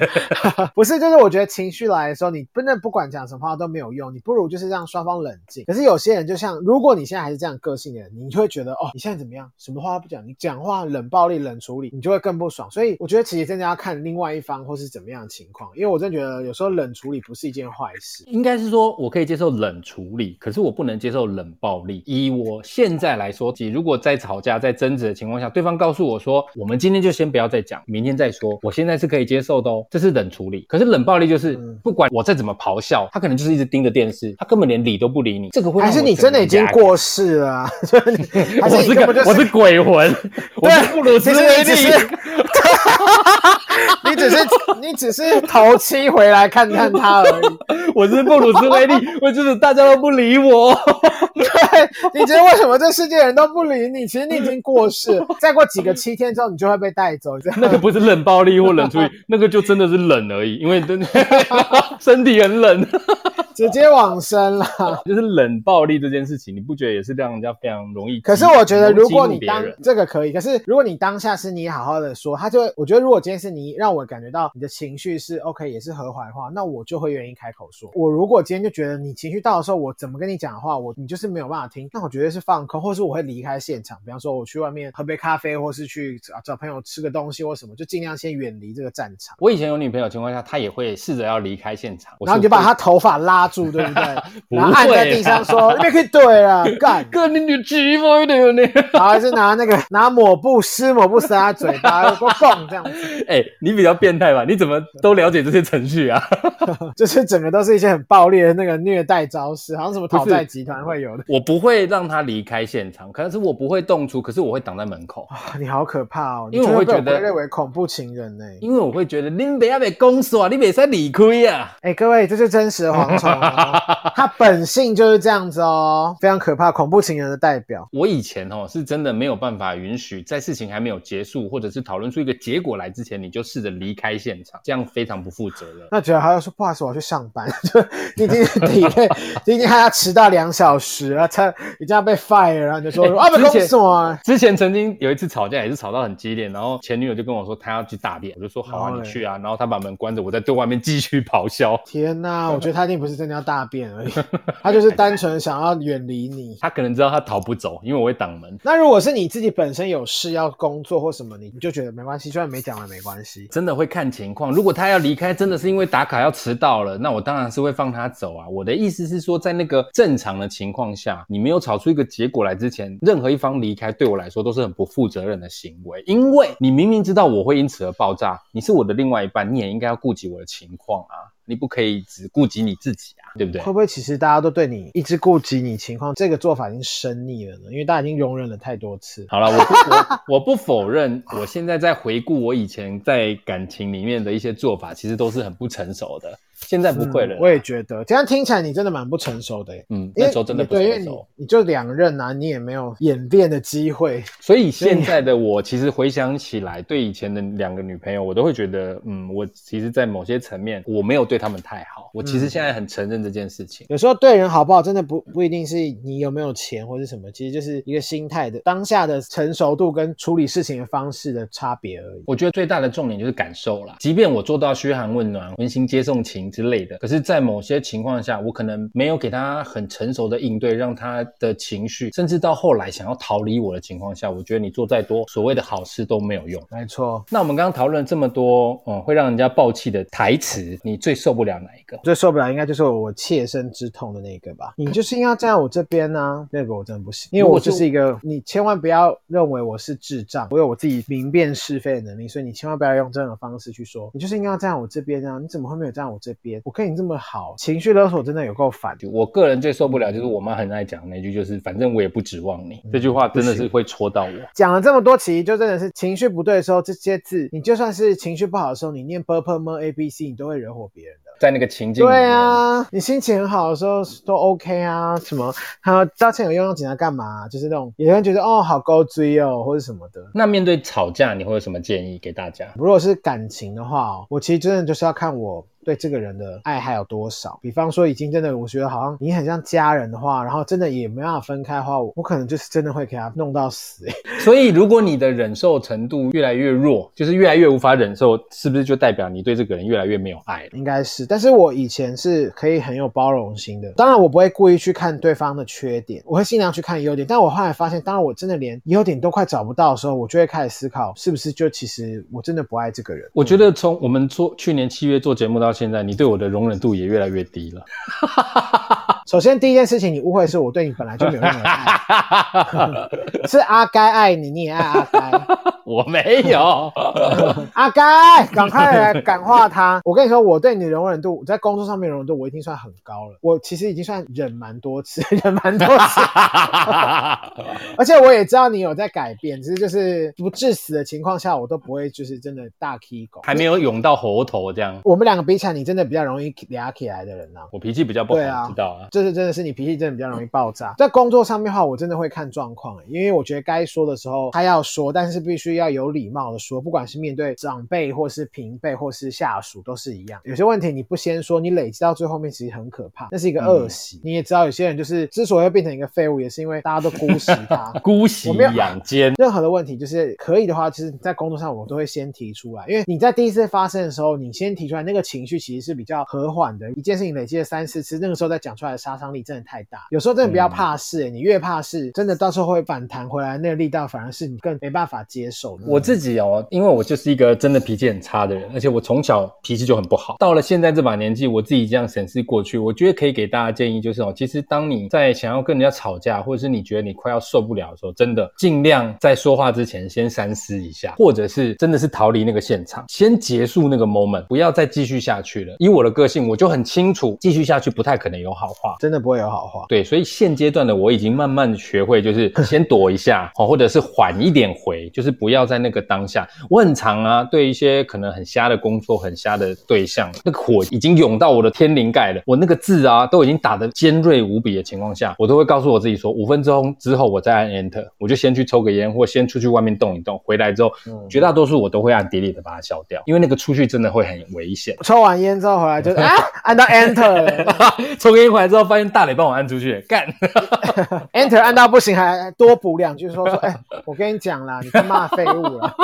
C: 不是，就是我觉得情绪来的时候，你真的不管讲什么话都没有用，你不如就是让双方冷静。可是有些人就像，如果你现在还是这样个性的人，你就会觉得哦，你现在怎么样，什么话都不讲，你讲话冷暴力、冷处理，你就会更不爽。所以我觉得其实真的要看另外一方或是怎么样的情况，因为我真的觉得有时候冷处理不是一件坏事。
B: 应该是说我可以接受冷处理，可是我不能接受冷暴力。以我现在来说，即如果在吵架、在争执的情况下，对方告诉我说我们今天就先不要再讲，明天再说，我现在是可以接受的哦，这是冷处理。可是冷暴力就是
C: 嗯
B: 不管我再怎么咆哮，他可能就是一直盯着电视，他根本连理都不理你，这个会让
C: 还是
B: 我
C: 你
B: 整
C: 真
B: 个
C: 的已经
B: 压抑
C: 过世了、啊， 就是你还
B: 我
C: 是
B: 是
C: 你根本
B: 个
C: 就
B: 我是鬼魂，我是布鲁斯
C: 其实你只
B: 威利
C: 是， 你只是你只是头七回来看看他而已。
B: 我是布鲁斯威利，我就是大家都不理我。
C: 对， 你觉得为什么这世界人都不理你？其实你已经过世 了，再过几个七天之后，你就会被带走。这样
B: 那个不是冷暴力或冷处理，那个就真的是冷而已，因为 真的身体很冷，
C: 直接往生了。
B: 就是冷暴力这件事情，你不觉得也是让人家非常容易激？
C: 可是我觉得，如果
B: 容易
C: 你
B: 激怒
C: 当
B: 别人
C: 这个可以，可是如果你当下是你好好的说，他就会。我觉得，如果今天是你让我感觉到你的情绪是 OK，也是和缓的话，那我就会愿意开口说。我如果今天就觉得你情绪到的时候，我怎么跟你讲的话，我你就是没有办法听，那我绝对是放空，或是我会离开现场。比方说，我去外面喝杯咖啡，或是去找找朋友吃个东西或什么，就尽量先远离这个战场。
B: 我以前有女朋友的情况下，她也会试着要离开现场，我
C: 然后
B: 是
C: 你就把
B: 会
C: 他头发拉住，对不对？
B: 不会啊
C: 然后按在地上说：“那可以对了，干
B: 哥，你就寂寞的呢。。”
C: 然后还是拿那个拿抹布湿抹布湿他嘴巴，说“蹦”这样子，
B: 哎、你比较变态吧？你怎么都了解这些程序啊？
C: 就是整个都是一些很暴力的那个虐待招式，好像什么讨债集团会有的。
B: 我不会让她离开现场，可是我不会动出，可是我会挡在门口。
C: 哇你好可怕哦！
B: 因为我会觉得
C: 你就会被归类为恐怖情人呢、
B: 因为我会觉得你不要被公说，你别再理亏啊！
C: 哎、各位，这是真实的蝗 虫哦，它本性就是这样子哦，非常可怕，恐怖情人的代表。
B: 我以前哦是真的没有办法允许，在事情还没有结束，或者是讨论出一个结果来之前，你就试着离开现场，这样非常不负责任。
C: 那觉得还要说不好意思，我要去上班， 就你已经体内，你已经还要迟到两小时，然后他已经要被 fire，然后你就说、
B: 哎
C: 啊，被
B: 之
C: 公
B: 前
C: 司我。
B: 之前曾经有一次吵架，也是吵到很激烈，然后前女友就跟我说她要去大便，我就说好
C: 然
B: 啊，
C: 后
B: 你
C: 嘞
B: 去啊，然后她把门关着，我在对外面继续咆哮。
C: 天呐，我觉得他一定不是真真的要大便而已，他就是单纯想要远离你。
B: 他可能知道他逃不走，因为我会挡门。
C: 那如果是你自己本身有事要工作或什么，你你就觉得没关系，虽然没讲完没关系。
B: 真的会看情况。如果他要离开，真的是因为打卡要迟到了，那我当然是会放他走啊。我的意思是说，在那个正常的情况下，你没有吵出一个结果来之前，任何一方离开对我来说都是很不负责任的行为，因为你明明知道我会因此而爆炸，你是我的另外一半，你也应该要顾及我的情况啊，你不可以只顾及你自己啊，对不对
C: 会？不会其实大家都对你一直顾及你情况，这个做法已经生腻了呢？因为大家已经容忍了太多次。
B: 好了，我不我我不否认，我现在在回顾我以前在感情里面的一些做法，其实都是很不成熟的。现在不会了啦、
C: 嗯我也觉得这样听起来你真的蛮不成熟的耶。
B: 嗯，
C: 因为
B: 那时候真的
C: 你
B: 不
C: 对，因为
B: 成
C: 你
B: 熟。
C: 你就两任啊，你也没有演练的机会。
B: 所以现在的我，其实回想起来，对以前的两个女朋友，我都会觉得，嗯，我其实，在某些层面，我没有对她们太好。我
C: 嗯
B: 其实现在很承认这件事情。
C: 有时候对人好不好，真的不不一定是你有没有钱或是什么，其实就是一个心态的当下的成熟度跟处理事情的方式的差别而已。
B: 我觉得最大的重点就是感受啦。即便我做到嘘寒问暖、温馨接送情之类的，可是，在某些情况下，我可能没有给她很成熟的应对，让她的情绪，甚至到后来想要逃离我的情况下，我觉得你做再多所谓的好事都没有用。
C: 没错，
B: 那我们刚刚讨论了这么多，嗯，会让人家爆气的台词，你最受不了哪一个？
C: 最受不了应该就是我切身之痛的那个吧。你就是硬要站在我这边呢、那个我真的不行，因为我就是一个，你千万不要认为我是智障，我有我自己明辨是非的能力，所以你千万不要用这种方式去说，你就是应该要站在我这边啊，你怎么会没有站在我这边？我跟你这么好，情绪勒索真的有够烦。
B: 我个人最受不了就是我妈很爱讲那句，就是反正我也不指望
C: 嗯
B: 你，这句话真的是会戳到我。
C: 讲了这么多，其实就真的是情绪不对的时候，这些字你就算是情绪不好的时候，你念 b p m a b c，你都会惹火别人的。
B: 在那个情境里面，
C: 对啊，你心情很好的时候都 OK 啊，什么还有道歉有用到警察干嘛？就是那种有人觉得哦好高追哦或者什么的。
B: 那面对吵架，你会有什么建议给大家？
C: 如果是感情的话哦，我其实真的就是要看我对这个人的爱还有多少。比方说，已经真的我觉得好像你很像家人的话，然后真的也没办法分开的话，我我可能就是真的会给他弄到死、欸
B: 所以，如果你的忍受程度越来越弱，就是越来越无法忍受，是不是就代表你对这个人越来越没有爱了？
C: 应该是，但是我以前是可以很有包容心的。当然，我不会故意去看对方的缺点，我会尽量去看优点。但我后来发现，当我真的连优点都快找不到的时候，我就会开始思考，是不是就其实我真的不爱这个人。
B: 我觉得从我们做去年七月做节目到现在，你对我的容忍度也越来越低 了。
C: 嗯首先第一件事情，你误会是我对你本来就没有任何 爱，是阿该爱你，你也爱阿该。
B: 我没有，
C: 阿该，赶快 来感化他。我跟你说，我对你的容忍度，在工作上面的容忍度，我已经算很高了。我其实已经算忍蛮多次， 忍蛮多次。而且我也知道你有在改变，只是就是不致死的情况下，我都不会就是真的大 K 狗。
B: 还没有涌到喉头这样。
C: 我们两个比起来，你真的比较容易俩起来的人呐、
B: 我脾气比较不好，
C: 对啊
B: 知道啊。
C: 这是真的是你脾气真的比较容易爆炸。在工作上面的话，我真的会看状况、欸因为我觉得该说的时候他要说，但是必须要有礼貌的说，不管是面对长辈或是平辈或是下属都是一样。有些问题你不先说，你累积到最后面其实很可怕，那是一个恶习。你也知道，有些人就是之所以会变成一个废物，也是因为大家都姑息他。
B: 姑息
C: 我没有
B: 养奸，
C: 任何的问题，就是可以的话，就是在工作上我都会先提出来，因为你在第一次发生的时候，你先提出来，那个情绪其实是比较和缓的。一件事情累积了三四次，那个时候再讲出来的杀伤力真的太大。有时候真的不要怕事、欸你越怕事，真的到时候会反弹回来，那个力道反而是你更没办法接受的。
B: 我自己哦，因为我就是一个真的脾气很差的人，而且我从小脾气就很不好。到了现在这把年纪，我自己这样审视过去，我觉得可以给大家建议就是哦，其实当你在想要跟人家吵架，或者是你觉得你快要受不了的时候，真的尽量在说话之前先三思一下，或者是真的是逃离那个现场，先结束那个 moment，不要再继续下去了。以我的个性，我就很清楚，继续下去不太可能有好话。
C: 真的不会有 好话。
B: 对，所以现阶段的我已经慢慢学会，就是 先躲一下，哦，或者是缓一点回，就是不要在那个当下。我很常啊，对一些可能很瞎的工作、很瞎的对象，那个火已经涌到我的天灵盖了，我那个字啊都已经打得尖锐无比的情况下，我都会告诉我自己说，五分钟之后我再按 Enter，我就先去抽个烟，或先出去外面动一动，回来之后，绝大多数我都会按 Delete 把它消掉，因为那个出去真的会很危险。
C: 抽完烟啊之后回来就啊，按到 Enter 了。
B: 抽根烟回来之后，发现大磊帮我按出去，干。
C: Enter 按啊到不行，还多补两句说说，哎、我跟你讲啦，你他妈废物了。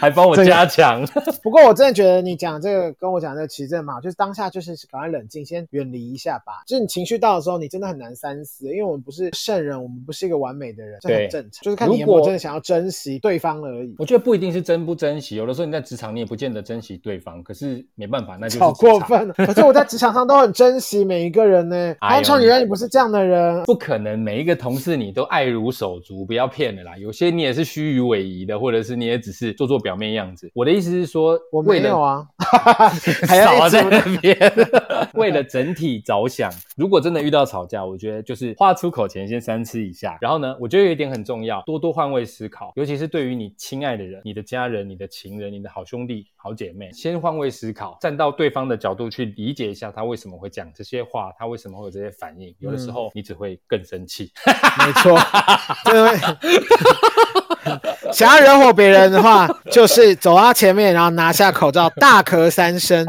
B: 还帮我加强。
C: 不过我真的觉得你讲这个跟我讲这个其实真的蛮好，就是当下就是赶快冷静，先远离一下吧。就是你情绪到的时候，你真的很难三思，因为我们不是圣人，我们不是一个完美的人，这
B: 对
C: 很正常。就是看你有
B: 如
C: 没有
B: 果
C: 真的想要珍惜对方而已。
B: 我觉得不一定是珍不珍惜，有的时候你在职场你也不见得珍惜对方，可是没办法，那就是
C: 好
B: 职场
C: 过，分 了！可是我在职场上都很珍惜每一个 人呢。
B: 哎呦
C: 安超，你原来你不是这样的人，
B: 不可能每一个同事你都爱如手足，不要骗了啦。有些你也是虚与委蛇的，或者是你也只是做做表面样子。我的意思是说，
C: 我
B: 为
C: 没
B: 了
C: 有啊， 还要
B: 少
C: 一直
B: 在那边。 为了整体着想，如果真的遇到吵架，我觉得就是话出口前先三思一下。然后呢，我觉得有一点很重要，多多换位思考，尤其是对于你亲爱的人、你的家人、你的情人、你的好兄弟、好姐妹，先换位思考，站到对方的角度去理解一下他为什么会讲这些话，他为什么会有这些反应。有的时候你只会更生气。
C: 没错， 对 想要惹火别人的话，就是走到前面，然后拿下口罩，大咳三声，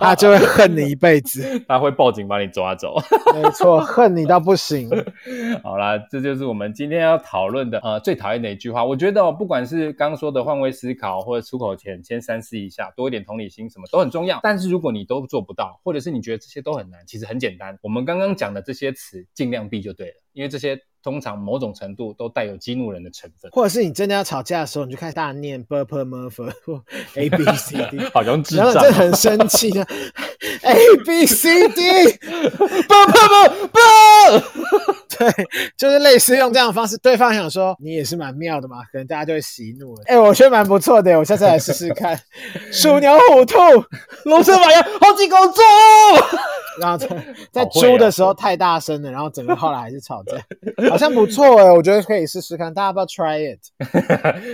C: 他就会恨你一辈子。
B: 他会报警把你抓走。
C: 没错，恨你到不行。。
B: 好啦，这就是我们今天要讨论的呃最讨厌的一句话。我觉得、哦、不管是刚说的换位思考，或者出口前先三思一下，多一点同理心，什么都很重要。但是如果你都做不到，或者是你觉得这些都很难，其实很简单，我们刚刚讲的这些词尽量避就对了，因为这些通常某种程度都带有激怒人的成分
C: 或者是你真的要吵架的时候，你就开始大念 b u r p l e m u r p h a b c d，
B: 好像智
C: 然
B: 障
C: 后你真的很生气 的 a b c d，
B: 不不不不！
C: 对，就是类似用这样的方式，对方想说你也是蛮妙的嘛，可能大家就会喜怒了。哎、我觉得蛮不错的，我下次来试试 看。鼠牛虎 兔，
B: 龙蛇马羊，好几公重。
C: 然后在在
B: 好会啊
C: 猪的时候太大声了，然后整个后来还是吵架，好像不错哎，我觉得可以试试看，大家要不要 try it？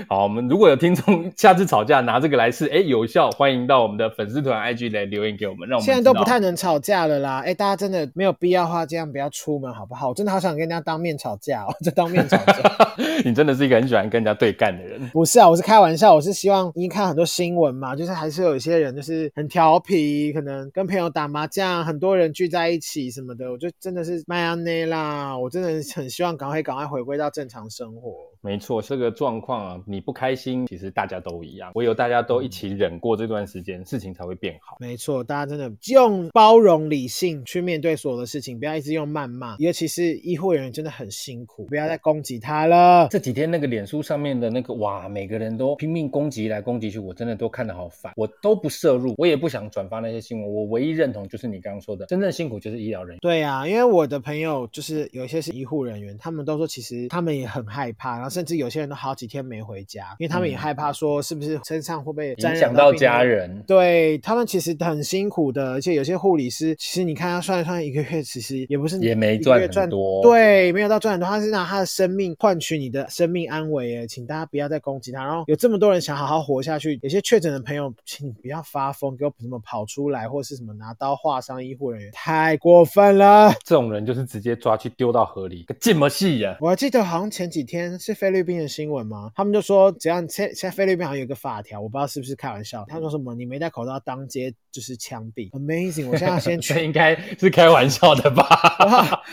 B: 好，我们如果有听众 下次吵架拿这个来试，哎，有效，欢迎到我们的粉丝团 IG 来留言给我们，让我们
C: 现在都
B: 知道
C: 不太能吵架了啦，哎，大家真的没有必要的话，这样不要出门好不好？我真的好想跟人家当面吵架哦， 这当面吵架。
B: 你真的是一个很喜欢跟人家对干的人。
C: 不是啊，我是开玩笑，我是希望因为看很多新闻嘛，就是还是有一些人就是很调皮，可能跟朋友打麻将，很多人聚在一起什么的，我就真的是迈阿内啦，我真的很希望赶快赶快回归到正常生活。
B: 没错，这个状况啊，你不开心，其实大家都一样，唯有大家都一起忍过这段时间，事情才会变好。
C: 没错，大家真的用包容理性去面对所有的事情，不要一直用谩骂，尤其是医护人员真的很辛苦，不要再攻击他了。
B: 这几天那个脸书上面的那个哇，每个人都拼命攻击来攻击去，我真的都看得好烦，我都不摄入，我也不想转发那些新闻。我唯一认同就是你刚刚说的，真正辛苦就是医疗人员。
C: 对啊，因为我的朋友就是有一些是医护人员，他们都说其实他们也很害怕，然后甚至有些人都好几天没回家，因为他们也害怕说是不是身上会不会
B: 嗯影
C: 沾
B: 响
C: 染
B: 到
C: 病
B: 家
C: 毒。
B: 人，
C: 对他们其实很辛苦的，而且有些护理师，其实你看他算一算一个月，其实也不是
B: 也没
C: 一个
B: 赚
C: 月
B: 很多
C: 对，没有到赚很多，他是拿他的生命换取你的生命安危，哎，请大家不要再攻击他。然后有这么多人想好好活下去，有些确诊的朋友，请你不要发疯，给我什么跑出来，或是什么拿刀划伤医护人员，太过分了。
B: 这种人就是直接抓去丢到河里，个这么细呀、
C: 我还记得好像前几天是菲律宾的新闻吗？他们就说，只要你现现在菲律宾好像有一个法条，我不知道是不是开玩笑，他说什么你没戴口罩当街就是枪毙，Amazing！我现在要 先
B: 这
C: 去，
B: 应该是开玩笑的吧？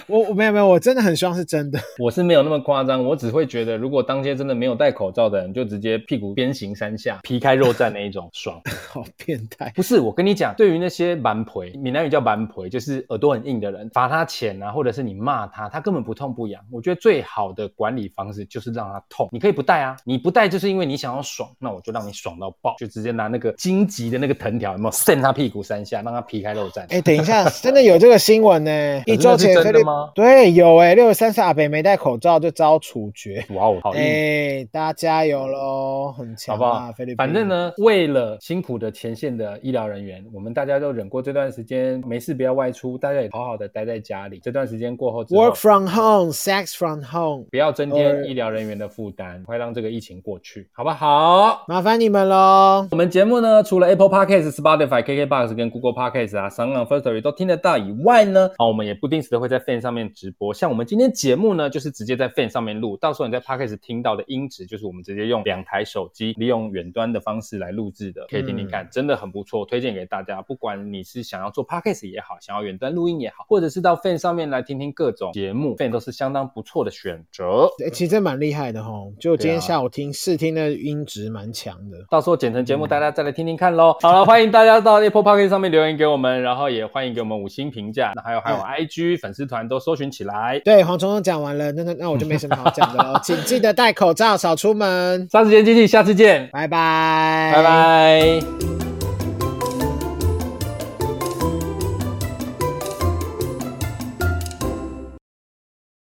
C: 我我没有没有，我真的很希望是真的。
B: 我是没有那么夸张，我只会觉得，如果当街真的没有戴口罩的人，就直接屁股鞭刑三下，皮开肉绽那一种，爽。
C: 好变态，
B: 不是，我跟你讲，对于那些蛮婆，闽南语叫蛮婆，就是耳朵很硬的人，罚他钱啊，或者是你骂他，他根本不痛不痒。我觉得最好的管理方式就是让他痛，你可以不戴啊，你不戴就是因为你想要爽，那我就让你爽到爆，就直接拿那个荆棘的那个藤条，有没有扇他屁股三下，让他皮开肉绽。
C: 哎、等一下，真的有这个新闻呢、一周前
B: 真
C: 菲
B: 的
C: 律
B: 吗
C: 对有哎、六十三岁阿北没戴口罩就遭处决。
B: 哇哦，好
C: 哎、
B: 硬。
C: 大家加油喽，很
B: 好
C: 强
B: 不
C: 啊，
B: 好
C: 菲律宾。？
B: 反正，呢，为了辛苦的前线的医疗人员，我们大家都忍过这段时间，没事不要外出，大家也好好的待在家里。这段时间过后之后
C: work from home, sex from home。
B: 不要增
C: 呃
B: 添医疗人人员的负担，快让这个疫情过去，好不好？
C: 麻烦你们喽。
B: 我们节目呢，除了 Apple Podcast、Spotify、KKBox 跟 Google Podcast 啊、s o u n d First Story 都听得到以外呢，啊，我们也不定时的会在 Fan 上面直播。像我们今天节目呢，就是直接在 Fan 上面录，到时候你在 Podcast 听到的音质，就是我们直接用两台手机，利用远端的方式来录制的，可以听听看，真的很不错，推荐给大家。不管你是想要做 Podcast 也好，想要远端录音也好，或者是到 Fan 上面来听听各种节目，Fan 都是相当不错的选择。
C: 哎、其实真蛮厉害的吼，就今
B: 对啊
C: 天下午听试听的音质蛮强的。
B: 到时候剪成节目，大家再来听听看喽。好了，欢迎大家到 Apple p o c k e t 上面留言给我们，然后也欢迎给我们五星评价，那还有还有 IG 粉丝团都搜寻起来。
C: 对，黄虫虫讲完了，那那那我就没什么好讲 的了，请记得戴口罩，少出门，
B: 三十天经济，下次见，
C: 拜拜，
B: 拜拜